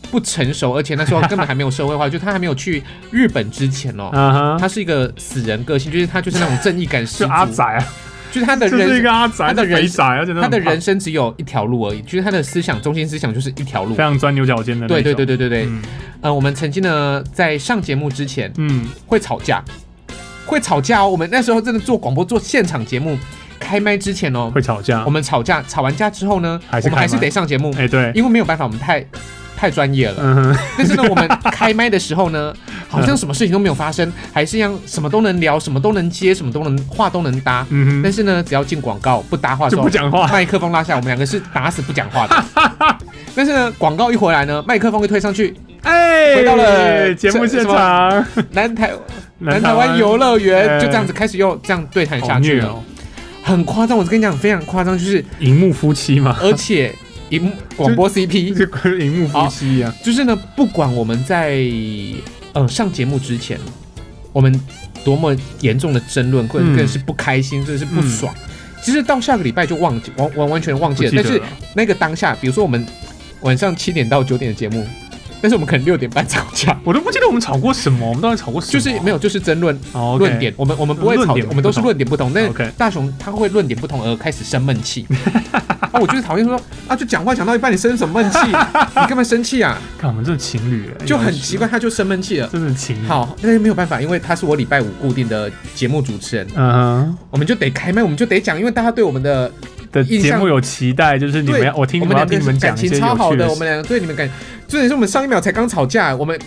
[SPEAKER 2] 不成熟，而且那时候根本还没有社会化，就 他还没有去日本之前哦。
[SPEAKER 1] 啊哈，
[SPEAKER 2] 他是一个死人个性，就是他就是那种正义感十
[SPEAKER 1] 就
[SPEAKER 2] 足，
[SPEAKER 1] 阿仔啊，
[SPEAKER 2] 就是他的
[SPEAKER 1] 这是一
[SPEAKER 2] 人，
[SPEAKER 1] 个阿宅，
[SPEAKER 2] 他的人
[SPEAKER 1] 肥啊宅，而且
[SPEAKER 2] 他的
[SPEAKER 1] 很胖
[SPEAKER 2] 人生只有一条路而已，就是他的思想中心思想就是一条路
[SPEAKER 1] 非。常钻牛角尖的那
[SPEAKER 2] 对对对
[SPEAKER 1] 对
[SPEAKER 2] 对对对，
[SPEAKER 1] 嗯
[SPEAKER 2] 呃，我们曾经呢在上节目之前
[SPEAKER 1] 嗯，
[SPEAKER 2] 会吵架，会吵架哦。我们那时候真的做广播做现场节目，开麦之前哦，
[SPEAKER 1] 会吵架
[SPEAKER 2] 我。们吵架，吵完架之后呢，
[SPEAKER 1] 还是
[SPEAKER 2] 我们还
[SPEAKER 1] 开麦
[SPEAKER 2] 是得上节目，
[SPEAKER 1] 哎，对，
[SPEAKER 2] 因为没有办法，我们太太专业了。
[SPEAKER 1] 嗯哼，
[SPEAKER 2] 但是呢，我们 开麦的时候呢，好像什么事情都没有发生，还是一样什么都能聊，什么都能接，什么都能话都能搭。
[SPEAKER 1] 嗯
[SPEAKER 2] 但
[SPEAKER 1] 哼，
[SPEAKER 2] 是呢，只要进广告不搭话之
[SPEAKER 1] 就
[SPEAKER 2] 后，
[SPEAKER 1] 不讲话。
[SPEAKER 2] 麦克风拉下，我们两个是打死不讲话的。 但是呢，广告一回来呢，麦克风一推 上去，
[SPEAKER 1] 哎，
[SPEAKER 2] 回到了
[SPEAKER 1] 节目现场，
[SPEAKER 2] 南台南台湾游乐园就这样子开始又这样对谈
[SPEAKER 1] 好
[SPEAKER 2] 下去
[SPEAKER 1] 虐
[SPEAKER 2] 了，
[SPEAKER 1] 哎哦，
[SPEAKER 2] 很夸张。我跟你讲，非常夸 张，就是
[SPEAKER 1] 荧幕夫妻嘛，
[SPEAKER 2] 而且荧幕广播 CP
[SPEAKER 1] 就跟荧幕夫妻一样。
[SPEAKER 2] 就是呢，不管我们在呃上节目之前，我们多么严重的争论，或者
[SPEAKER 1] 嗯
[SPEAKER 2] 更是不开心，甚至是不爽。其实到下个礼拜就忘记，完完完全忘记了。
[SPEAKER 1] 不记得
[SPEAKER 2] 但是
[SPEAKER 1] 了
[SPEAKER 2] 那个当下，比如说我们晚上七点到九点的节目，但是我们可能六点半吵架，
[SPEAKER 1] 我都不记得我们吵过什么，我们到底吵过什么？哦
[SPEAKER 2] 就是没有，就是争论
[SPEAKER 1] 有
[SPEAKER 2] 论点。我们我们不会
[SPEAKER 1] 论
[SPEAKER 2] 吵
[SPEAKER 1] 点，不
[SPEAKER 2] 我们都是
[SPEAKER 1] 同
[SPEAKER 2] 论点不同。但是
[SPEAKER 1] OK
[SPEAKER 2] 大雄他会论点不同而开始生闷 气。啊，我就是讨厌说啊，就讲话讲到一半，你生 什么闷气？你干嘛生气啊？
[SPEAKER 1] 看我们这情侣
[SPEAKER 2] 就很奇，怪，
[SPEAKER 1] 哎
[SPEAKER 2] 他就生闷气了
[SPEAKER 1] 有时候。真的情侣。，
[SPEAKER 2] 好，但是没有办法，因为他是我礼拜五固定的节目主持人，
[SPEAKER 1] 嗯哼，
[SPEAKER 2] 我们就得开麦，我们就得讲，因为大家对我们的
[SPEAKER 1] 的
[SPEAKER 2] 印
[SPEAKER 1] 节
[SPEAKER 2] 象
[SPEAKER 1] 目有期待，就是你们
[SPEAKER 2] 对
[SPEAKER 1] 要我听
[SPEAKER 2] 我
[SPEAKER 1] 你
[SPEAKER 2] 们
[SPEAKER 1] 们要
[SPEAKER 2] 两
[SPEAKER 1] 听你
[SPEAKER 2] 个
[SPEAKER 1] 们
[SPEAKER 2] 感
[SPEAKER 1] 讲一
[SPEAKER 2] 情
[SPEAKER 1] 些
[SPEAKER 2] 超
[SPEAKER 1] 有
[SPEAKER 2] 好
[SPEAKER 1] 趣
[SPEAKER 2] 的，我
[SPEAKER 1] 事。
[SPEAKER 2] 们两个对你们感，重点是我们上一秒才刚吵架，我们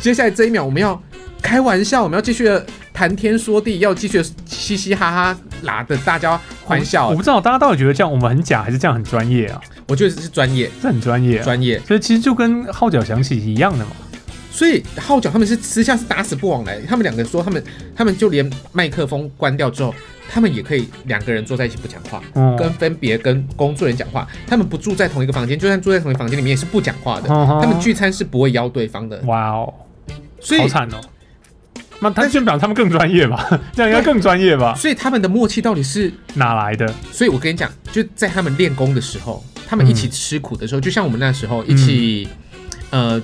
[SPEAKER 2] 接下来这一秒我们要开玩笑，我们要继续地谈天说地，要继续地嘻嘻哈哈，拉的大家欢
[SPEAKER 1] 我
[SPEAKER 2] 笑。
[SPEAKER 1] 不知道大家到底觉得这样我们很假，还是这样很专业啊？
[SPEAKER 2] 我觉得是专业，
[SPEAKER 1] 这很专业啊。
[SPEAKER 2] 专业。
[SPEAKER 1] 所以其实就跟号角响起一样的嘛。
[SPEAKER 2] 所以号角他们是私下是打死不往来，他们两个说他们，他们就连麦克风关掉之后，他们也可以两个人坐在一起不讲话。
[SPEAKER 1] 嗯，
[SPEAKER 2] 跟分别跟工作人员讲话，他们不住在同一个房间，就算住在同一个房间里面也是不讲话的。
[SPEAKER 1] 嗯哼
[SPEAKER 2] 他们聚餐是不会邀对方的，
[SPEAKER 1] 哇哦，
[SPEAKER 2] 所
[SPEAKER 1] 好
[SPEAKER 2] 以
[SPEAKER 1] 惨哦。那他就表他们更专业吧？ 这样应该更专业吧？
[SPEAKER 2] 所以他们的默契到底是？
[SPEAKER 1] 哪来的？
[SPEAKER 2] 所以我跟你讲，就在他们练功的时候，他们一起吃苦的时候，
[SPEAKER 1] 嗯
[SPEAKER 2] 就像我们那时候一起，呃，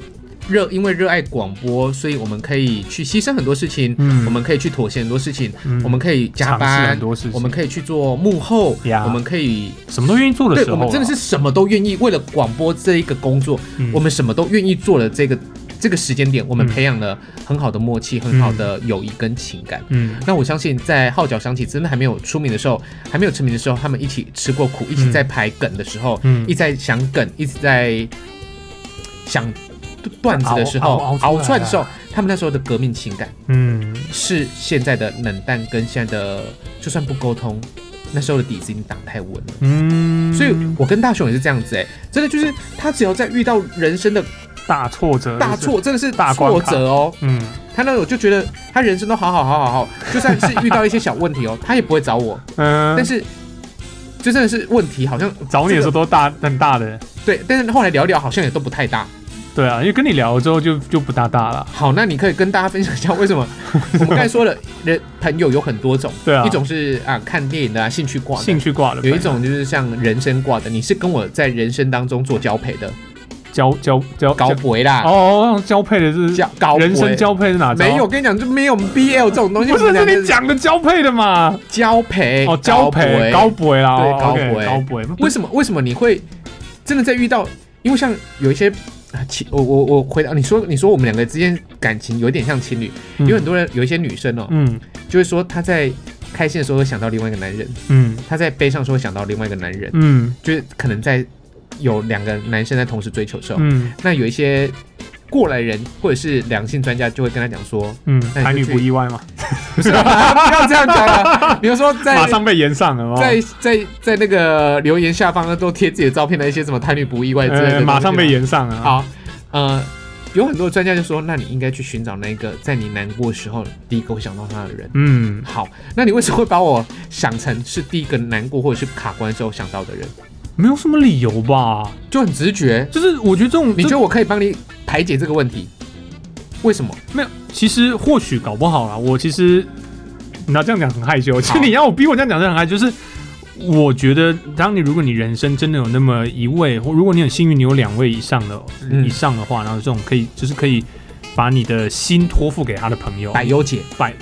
[SPEAKER 2] 热因为热爱广播，所以我们可以去牺牲很多事情，
[SPEAKER 1] 嗯
[SPEAKER 2] 我们可以去妥协很多事情，
[SPEAKER 1] 嗯
[SPEAKER 2] 我们可以加
[SPEAKER 1] 尝试
[SPEAKER 2] 班
[SPEAKER 1] 很，多事情，
[SPEAKER 2] 我们可以去做幕后
[SPEAKER 1] 呀
[SPEAKER 2] 我们可以
[SPEAKER 1] 什么都愿意做的
[SPEAKER 2] 对，
[SPEAKER 1] 时候
[SPEAKER 2] 我
[SPEAKER 1] 啊，
[SPEAKER 2] 们真的是什么都愿意，为了广播这一个工作，
[SPEAKER 1] 嗯
[SPEAKER 2] 我们什么都愿意做的这个这个时间点，我们
[SPEAKER 1] 嗯
[SPEAKER 2] 培养了很好的默契、很好的友谊跟情感。
[SPEAKER 1] 嗯
[SPEAKER 2] 那我相信，在号角响起，真的还没有出名的时候，还没有成名的时候，他们一起吃过苦，一起在排梗的时候，
[SPEAKER 1] 嗯
[SPEAKER 2] 一直在想梗，一直在想段子的时候，
[SPEAKER 1] 熬熬熬出来
[SPEAKER 2] 熬出来的时候
[SPEAKER 1] 了，
[SPEAKER 2] 他们那时候的革命情感
[SPEAKER 1] 嗯，
[SPEAKER 2] 是现在的冷淡跟现在的就算不沟通，那时候的底子已经打太稳了。
[SPEAKER 1] 嗯，
[SPEAKER 2] 所以我跟大雄也是这样子哎、真的就是他只要在遇到人生的
[SPEAKER 1] 大挫折，
[SPEAKER 2] 大，挫，真的是
[SPEAKER 1] 大关
[SPEAKER 2] 挫
[SPEAKER 1] 卡
[SPEAKER 2] 折哦，
[SPEAKER 1] 嗯，
[SPEAKER 2] 他那我就觉得他人生都好好好好好，就算是遇到一些小问题哦，他也不会找我，
[SPEAKER 1] 嗯，
[SPEAKER 2] 但是。就真的是问题，好像
[SPEAKER 1] 找你的时候都大很大的，
[SPEAKER 2] 对，但是后来聊一聊好像也都不太大。
[SPEAKER 1] 对啊，因为跟你聊了之后就就不大大了，
[SPEAKER 2] 好，那你可以跟大家分享一下为 什么我们刚才说了，人朋友有很多种，
[SPEAKER 1] 对啊
[SPEAKER 2] 一种是啊看电影的啊兴趣挂的
[SPEAKER 1] 兴，趣挂了，
[SPEAKER 2] 有一种就是像人生挂的，你是跟我在人生当中做交配的，
[SPEAKER 1] 交交交
[SPEAKER 2] 高
[SPEAKER 1] 交
[SPEAKER 2] 博啦，
[SPEAKER 1] 哦，交配的是
[SPEAKER 2] 交高
[SPEAKER 1] 人
[SPEAKER 2] 培
[SPEAKER 1] 生交配是哪招？
[SPEAKER 2] 没有，我跟你讲，就没有 BL 这种东西。
[SPEAKER 1] 不
[SPEAKER 2] 我
[SPEAKER 1] 是
[SPEAKER 2] 们两
[SPEAKER 1] 是
[SPEAKER 2] 个
[SPEAKER 1] 你讲的交配的嘛？
[SPEAKER 2] 交配
[SPEAKER 1] 哦，交配高培啦，
[SPEAKER 2] 对
[SPEAKER 1] 哦
[SPEAKER 2] 哎高
[SPEAKER 1] OK，
[SPEAKER 2] 培
[SPEAKER 1] 高培，
[SPEAKER 2] 为什么？为什么你会真的在遇到？因为像有一些啊，情，我我我回答你说，你说我们两个之间感情有点像情侣，
[SPEAKER 1] 嗯
[SPEAKER 2] 有很多人有一些女生哦，
[SPEAKER 1] 嗯
[SPEAKER 2] 就会说她在开心的时候会想到另外一个男人，
[SPEAKER 1] 嗯
[SPEAKER 2] 她在悲伤的时候会想到另外一个男人，
[SPEAKER 1] 嗯
[SPEAKER 2] 就是可能在有两个男生在同时追求的时候，
[SPEAKER 1] 嗯
[SPEAKER 2] 那有一些过来人或者是两性专家就会跟他讲 说，
[SPEAKER 1] 嗯，
[SPEAKER 2] 那你就
[SPEAKER 1] 台女不意外嘛？
[SPEAKER 2] 不是啊、不要这样讲啊 了，比如说在
[SPEAKER 1] 马上被延上了哦，
[SPEAKER 2] 在在在那个留言下方呢，都贴自己的照片的一些什么贪女不意外之类的东
[SPEAKER 1] 呃
[SPEAKER 2] 西嘛、
[SPEAKER 1] 马上被延上啊。
[SPEAKER 2] 好，呃，有很多专家就说，那你应该去寻找那个在你难过的时候第一个会想到他的人。
[SPEAKER 1] 嗯，
[SPEAKER 2] 好，那你为什么会把我想成是第一个难过或者是卡关的时候想到的人？
[SPEAKER 1] 没有什么理由吧？
[SPEAKER 2] 就很直觉，
[SPEAKER 1] 就是我觉得这种
[SPEAKER 2] 你觉
[SPEAKER 1] 这
[SPEAKER 2] 得我可以帮你排解这个问题？为什么？
[SPEAKER 1] 没有，其实或许搞不好啦。我其实你要这样讲很害羞，其实
[SPEAKER 2] 好
[SPEAKER 1] 你要我逼我这样讲是很害羞，就是。我觉得，当你如果你人生真的有那么一位，或如果你很幸运，你有两位以上的、
[SPEAKER 2] 嗯
[SPEAKER 1] 以上的话，然后这种可以就是可以把你的心托付给他的朋友，
[SPEAKER 2] 百忧解
[SPEAKER 1] 百，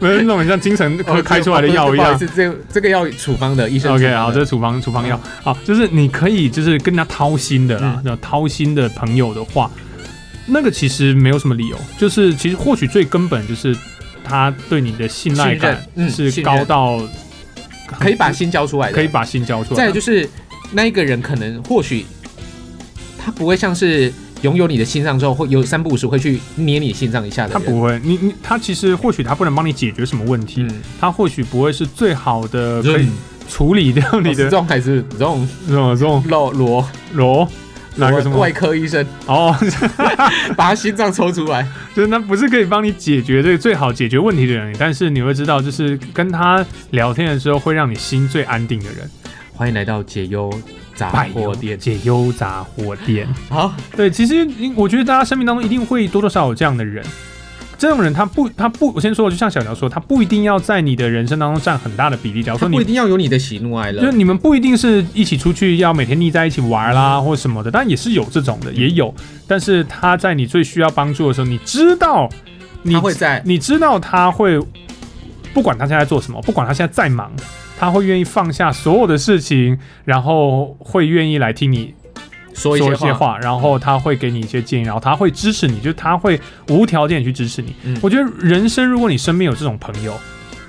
[SPEAKER 1] 不是那种很像精神科 开出来的药一
[SPEAKER 2] 哦不好意
[SPEAKER 1] 样。
[SPEAKER 2] 思，这这个药处方的医生处
[SPEAKER 1] OK，
[SPEAKER 2] 方
[SPEAKER 1] 好，
[SPEAKER 2] 的
[SPEAKER 1] 这是处方处方药，好，就是你可以就是跟他掏心的啦，那、掏心的朋友的话，那个其实没有什么理由，就是其实或许最根本就是他对你的信赖
[SPEAKER 2] 信任
[SPEAKER 1] 感
[SPEAKER 2] 嗯
[SPEAKER 1] 是
[SPEAKER 2] 信任
[SPEAKER 1] 高到
[SPEAKER 2] 可以把心交出来的，
[SPEAKER 1] 可以把心交出来。
[SPEAKER 2] 再来就是啊那一个人可能或许他不会像是拥有你的心脏之后，会有三不五时会去捏你心脏一下的
[SPEAKER 1] 他
[SPEAKER 2] 人。
[SPEAKER 1] 不会，你你他其实或许他不能帮你解决什么问题，
[SPEAKER 2] 嗯，
[SPEAKER 1] 他或许不会是最好的可以
[SPEAKER 2] 嗯
[SPEAKER 1] 处理掉你
[SPEAKER 2] 你的哦这
[SPEAKER 1] 的
[SPEAKER 2] 种还是这种
[SPEAKER 1] 这种这种
[SPEAKER 2] 罗罗
[SPEAKER 1] 罗哪个什么
[SPEAKER 2] 外科医生
[SPEAKER 1] 哦，
[SPEAKER 2] 把他心脏抽出来，
[SPEAKER 1] 就是他不是可以帮你解决这个最好解决问题的人，但是你会知道，就是跟他聊天的时候会让你心最安定的人。
[SPEAKER 2] 欢迎来到解忧杂
[SPEAKER 1] 拜
[SPEAKER 2] 货
[SPEAKER 1] 托
[SPEAKER 2] 店。
[SPEAKER 1] 解忧杂货 店。
[SPEAKER 2] 哦好，
[SPEAKER 1] 对，其实因我觉得大家生命当中一定会多多少少有这样的人。这种人他不，他不，我先说，就像小乔说，他不一定要在你的人生当中占很大的比例。假如
[SPEAKER 2] 他
[SPEAKER 1] 说你
[SPEAKER 2] 不一定要有你的喜怒哀乐
[SPEAKER 1] 就，你们不一定是一起出去要每天腻在一起玩
[SPEAKER 2] 嗯
[SPEAKER 1] 啦，或什么的，但也是有这种的，也有。但是他在你最需要帮助的时候，你知道你，
[SPEAKER 2] 他会在
[SPEAKER 1] 你知道他会，不管他现在做什么，不管他现在再忙，他会愿意放下所有的事情，然后会愿意来听你
[SPEAKER 2] 说一
[SPEAKER 1] 说一
[SPEAKER 2] 些
[SPEAKER 1] 些。话，然后他会给你一些建议，然后他会支持你，就是他会无条件去支持你。
[SPEAKER 2] 嗯
[SPEAKER 1] 我觉得人生，如果你身边有这种朋友，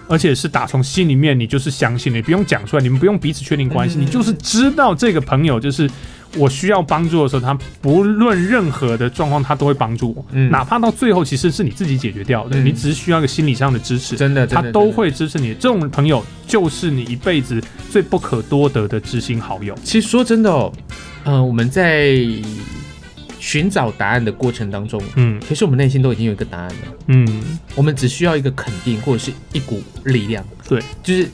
[SPEAKER 1] 而且是打从心里面你就是相信的，你不用讲出来，你们不用彼此确定关系，
[SPEAKER 2] 嗯
[SPEAKER 1] 你就是知道这个朋友就是我需要帮助的时候，他不论任何的状况，他都会帮助我，
[SPEAKER 2] 嗯
[SPEAKER 1] 哪怕到最后其实是你自己解决掉的，
[SPEAKER 2] 嗯
[SPEAKER 1] 你只是需要一个心理上的支持。
[SPEAKER 2] 真的，
[SPEAKER 1] 他
[SPEAKER 2] 真的
[SPEAKER 1] 都。
[SPEAKER 2] 真的
[SPEAKER 1] 会支持你，这种朋友就是你一辈子最不可多得的知心好友。
[SPEAKER 2] 其实说真的哦，嗯、我们在寻找答案的过程当中，
[SPEAKER 1] 嗯
[SPEAKER 2] 其实我们内心都已经有一个答案了。
[SPEAKER 1] 嗯，
[SPEAKER 2] 我们只需要一个肯定或者是一股力量，
[SPEAKER 1] 对，
[SPEAKER 2] 就是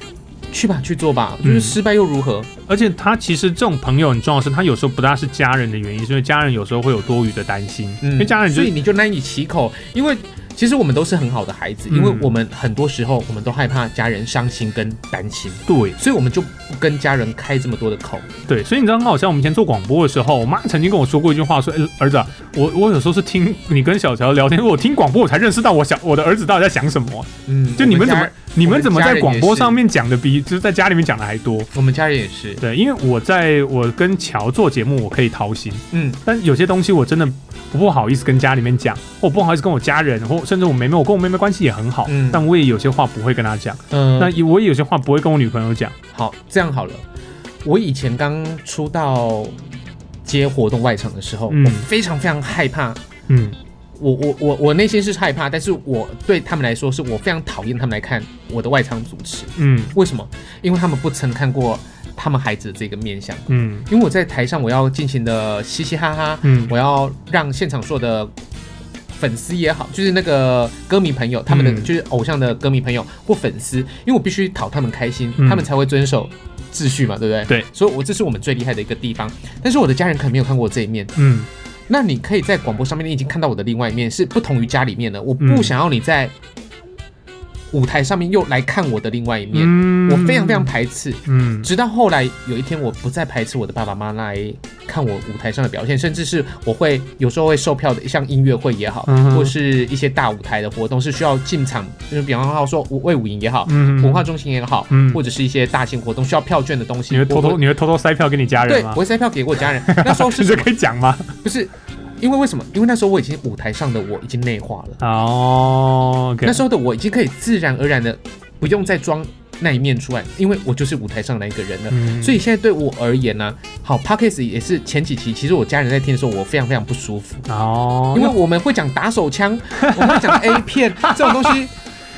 [SPEAKER 2] 去吧，去做吧，
[SPEAKER 1] 嗯
[SPEAKER 2] 就是失败又如何？
[SPEAKER 1] 而且他其实这种朋友很重要的是，他有时候不大是家人的原因，是因为家人有时候会有多余的担心，因为家人就
[SPEAKER 2] 嗯所以你就难以启口，因为其实我们都是很好的孩子，
[SPEAKER 1] 嗯
[SPEAKER 2] 因为我们很多时候我们都害怕家人伤心跟担心，
[SPEAKER 1] 对
[SPEAKER 2] 所以我们就不跟家人开这么多的口。
[SPEAKER 1] 对，所以你知道，好像我们以前做广播的时候，我妈曾经跟我说过一句话，说：“哎、儿子、啊，我我有时候是听你跟小乔聊天，我听广播我才认识到我小我的儿子到底在想什么。
[SPEAKER 2] 嗯
[SPEAKER 1] 就你们怎么你们怎么在广播上
[SPEAKER 2] 面？
[SPEAKER 1] 面讲的比就是在家里面讲的还多？
[SPEAKER 2] 我们家人也是，
[SPEAKER 1] 对，因为我在我跟乔做节目，我可以掏心，
[SPEAKER 2] 嗯，
[SPEAKER 1] 但有些东西我真的不不好意思跟家里面讲，或不好意思跟我家人，或甚至我妹妹，我跟我妹妹关系也很好，
[SPEAKER 2] 嗯
[SPEAKER 1] 但我也有些话不会跟她讲。”
[SPEAKER 2] 嗯
[SPEAKER 1] 那也我也有些话不会跟我女朋友讲，
[SPEAKER 2] 好，这样好了。我以前刚出道接活动外场的时候，
[SPEAKER 1] 嗯
[SPEAKER 2] 我非常非常害怕。
[SPEAKER 1] 嗯
[SPEAKER 2] 我我我我内心是害怕，但是我对他们来说，是我非常讨厌他们来看我的外场主持。
[SPEAKER 1] 嗯
[SPEAKER 2] 为什么？因为他们不曾看过他们孩子的这个面相。
[SPEAKER 1] 嗯
[SPEAKER 2] 因为我在台上，我要尽情的嘻嘻哈哈，
[SPEAKER 1] 嗯，
[SPEAKER 2] 我要让现场所有的粉丝也好，就是那个歌迷朋友，他们的、
[SPEAKER 1] 嗯
[SPEAKER 2] 就是偶像的歌迷朋友或粉丝，因为我必须讨他们开心，
[SPEAKER 1] 嗯
[SPEAKER 2] 他们才会遵守秩序嘛，对不对？
[SPEAKER 1] 对，
[SPEAKER 2] 所以我这是我们最厉害的一个地方。但是我的家人可能没有看过我这一面。
[SPEAKER 1] 嗯
[SPEAKER 2] 那你可以在广播上面，你已经看到我的另外一面，是不同于家里面的。我
[SPEAKER 1] 嗯
[SPEAKER 2] 不想要你在舞台上面又来看我的另外一面，
[SPEAKER 1] 嗯
[SPEAKER 2] 我非常非常排斥。
[SPEAKER 1] 嗯
[SPEAKER 2] 直到后来有一天，我不再排斥我的爸爸妈妈来看我舞台上的表现，甚至是我会有时候会售票的，像音乐会也好，
[SPEAKER 1] 嗯哼
[SPEAKER 2] 或是一些大舞台的活动，是需要进场，就是比方说舞魏武营也好，
[SPEAKER 1] 嗯
[SPEAKER 2] 文化中心也好，
[SPEAKER 1] 嗯
[SPEAKER 2] 或者是一些大型活动需要票券的东西，
[SPEAKER 1] 你会偷
[SPEAKER 2] 我
[SPEAKER 1] 偷
[SPEAKER 2] 会
[SPEAKER 1] 你会偷偷塞票给你家
[SPEAKER 2] 对
[SPEAKER 1] 人
[SPEAKER 2] 我
[SPEAKER 1] 吗？
[SPEAKER 2] 会塞票给我家人。那时 候是
[SPEAKER 1] 这可以讲吗？
[SPEAKER 2] 不是因为为什么？因为那时候我已经舞台上的我已经内化了，
[SPEAKER 1] 哦，OK，
[SPEAKER 2] 那时候的我已经可以自然而然的不用再装那一面出来，因为我就是舞台上的那一个人了。
[SPEAKER 1] 嗯
[SPEAKER 2] 所以现在对我而言呢、好 p o d c a s t 也是前几期，其实我家人在听的时候，我非常非常不舒服，
[SPEAKER 1] 哦，
[SPEAKER 2] 因为我们会讲打手枪， 我们会讲 A 片这种 东西，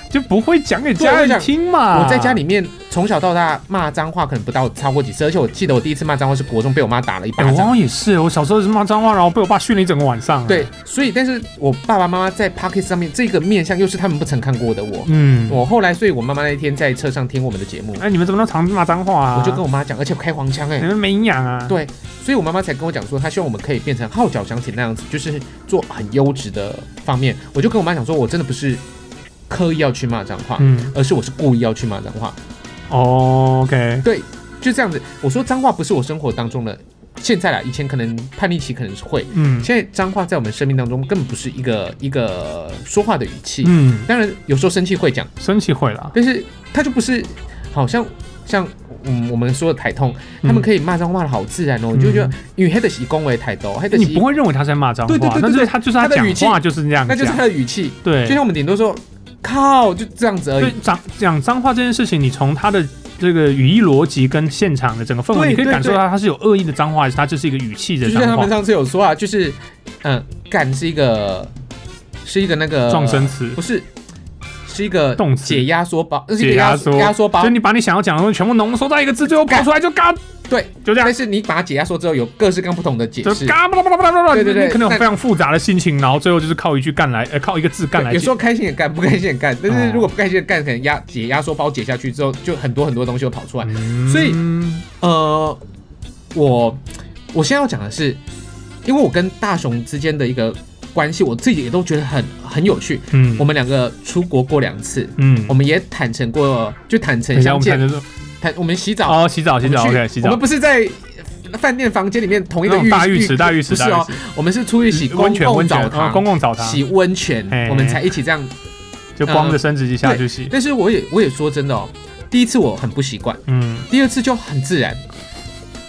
[SPEAKER 1] 就不会讲给家人听嘛。
[SPEAKER 2] 我在家里面从小到大骂脏话可能不到超过几次，而且我记得我第一次骂脏话是国中被我妈打了一
[SPEAKER 1] 哎，
[SPEAKER 2] 巴
[SPEAKER 1] 我好
[SPEAKER 2] 掌。
[SPEAKER 1] 像也是，我小时候是骂脏话，然后被我爸训了一整个晚上。啊
[SPEAKER 2] 对，，所以但是我爸爸妈妈在 p o d c a s t 上面这个面向又是他们不曾看过的我。
[SPEAKER 1] 嗯，
[SPEAKER 2] 我后来，所以我妈妈那一天在车上听我们的节目，
[SPEAKER 1] 哎，你们怎么都常骂脏话啊？
[SPEAKER 2] 我就跟我妈讲，而且我开黄腔哎、
[SPEAKER 1] 你们没营养啊。
[SPEAKER 2] 对，所以我妈妈才跟我讲说，她希望我们可以变成号角响起那样子，就是做很优质的方面。我就跟我妈讲说，我真的不是刻意要去骂脏话，
[SPEAKER 1] 嗯
[SPEAKER 2] 而是我是故意要去骂脏话，
[SPEAKER 1] 哦，OK，
[SPEAKER 2] 就这样子。我说脏话不是我生活当中的现在啦，以前可能叛逆期可能是会，
[SPEAKER 1] 嗯
[SPEAKER 2] 现在脏话在我们生命当中根本不是一个一个说话的语气。
[SPEAKER 1] 嗯，
[SPEAKER 2] 当然有时候生气会讲，
[SPEAKER 1] 生气会啦，
[SPEAKER 2] 但是它就不是好像像嗯我们说的台通，
[SPEAKER 1] 嗯
[SPEAKER 2] 他们可以骂脏话的好自然哦，你就觉得因为黑的是恭维台都，黑的
[SPEAKER 1] 你不
[SPEAKER 2] 是
[SPEAKER 1] 会认为他在骂脏话，
[SPEAKER 2] 对对对对
[SPEAKER 1] 那就是
[SPEAKER 2] 对
[SPEAKER 1] 他就是他
[SPEAKER 2] 他的
[SPEAKER 1] 讲
[SPEAKER 2] 语气
[SPEAKER 1] 话就是这样
[SPEAKER 2] 那就是
[SPEAKER 1] 讲，
[SPEAKER 2] 他的语气，
[SPEAKER 1] 对，
[SPEAKER 2] 就像我们顶多说靠就这样子而
[SPEAKER 1] 对
[SPEAKER 2] 已。
[SPEAKER 1] 脏讲脏话这件事情，你从他的这个语义逻辑跟现场的整个氛围，
[SPEAKER 2] 对
[SPEAKER 1] 你可以
[SPEAKER 2] 对
[SPEAKER 1] 感受到他是有恶意的脏话，还是他就是一个语气
[SPEAKER 2] 就
[SPEAKER 1] 的
[SPEAKER 2] 像他
[SPEAKER 1] 脏话
[SPEAKER 2] 们？上次有说啊，就是嗯干是一个是一个那个
[SPEAKER 1] 撞声词
[SPEAKER 2] 不是是一个
[SPEAKER 1] 动词
[SPEAKER 2] 解压缩包，呃是一
[SPEAKER 1] 解
[SPEAKER 2] 个
[SPEAKER 1] 压
[SPEAKER 2] 压
[SPEAKER 1] 缩，
[SPEAKER 2] 压缩包
[SPEAKER 1] 就，你把你想要讲的东西全部浓缩在一个字，最后跑出来就嘎，
[SPEAKER 2] 对，
[SPEAKER 1] 就这样
[SPEAKER 2] 但，是你把它解压缩之后，有各式各样不同的解
[SPEAKER 1] 就
[SPEAKER 2] 释。
[SPEAKER 1] 嘎巴拉巴拉巴拉巴拉，
[SPEAKER 2] 对对对
[SPEAKER 1] 你可能有
[SPEAKER 2] 那
[SPEAKER 1] 非常复杂的心情，然后最后就是靠一句干来，呃，靠一个字干来
[SPEAKER 2] 对有
[SPEAKER 1] 解
[SPEAKER 2] 时。候开心也干，不开心也干。但
[SPEAKER 1] 哦
[SPEAKER 2] 是如果不开心也干，可能压解压缩包解下去之后，就很多很多东西会跑出来。
[SPEAKER 1] 嗯
[SPEAKER 2] 所以呃，我我现在要讲的是，因为我跟大雄之间的一个关系，我自己也都觉得很很有趣。
[SPEAKER 1] 嗯
[SPEAKER 2] 我们两个出国过两次，
[SPEAKER 1] 嗯
[SPEAKER 2] 我，们也坦诚过，就坦
[SPEAKER 1] 等
[SPEAKER 2] 诚
[SPEAKER 1] 一下我
[SPEAKER 2] 相
[SPEAKER 1] 们才
[SPEAKER 2] 见，
[SPEAKER 1] 能说
[SPEAKER 2] 坦我们洗澡，
[SPEAKER 1] 哦，洗澡洗澡
[SPEAKER 2] 我们去
[SPEAKER 1] ，OK，洗
[SPEAKER 2] 我
[SPEAKER 1] 澡
[SPEAKER 2] 们，不是在饭店房间里面同一
[SPEAKER 1] 那
[SPEAKER 2] 个
[SPEAKER 1] 种
[SPEAKER 2] 浴
[SPEAKER 1] 大 浴池大浴池
[SPEAKER 2] 不是
[SPEAKER 1] 大浴
[SPEAKER 2] 哦
[SPEAKER 1] 池，，
[SPEAKER 2] 我们是出去洗
[SPEAKER 1] 温
[SPEAKER 2] 公
[SPEAKER 1] 泉温泉
[SPEAKER 2] 共澡
[SPEAKER 1] 啊
[SPEAKER 2] 堂，
[SPEAKER 1] 公共澡堂，
[SPEAKER 2] 洗温泉
[SPEAKER 1] 嘿，
[SPEAKER 2] 我们才一起这样。
[SPEAKER 1] 就光着身子一下去洗，
[SPEAKER 2] 但是我也我也说真的哦，第一次我很不习惯，
[SPEAKER 1] 嗯
[SPEAKER 2] 第二次就很自然。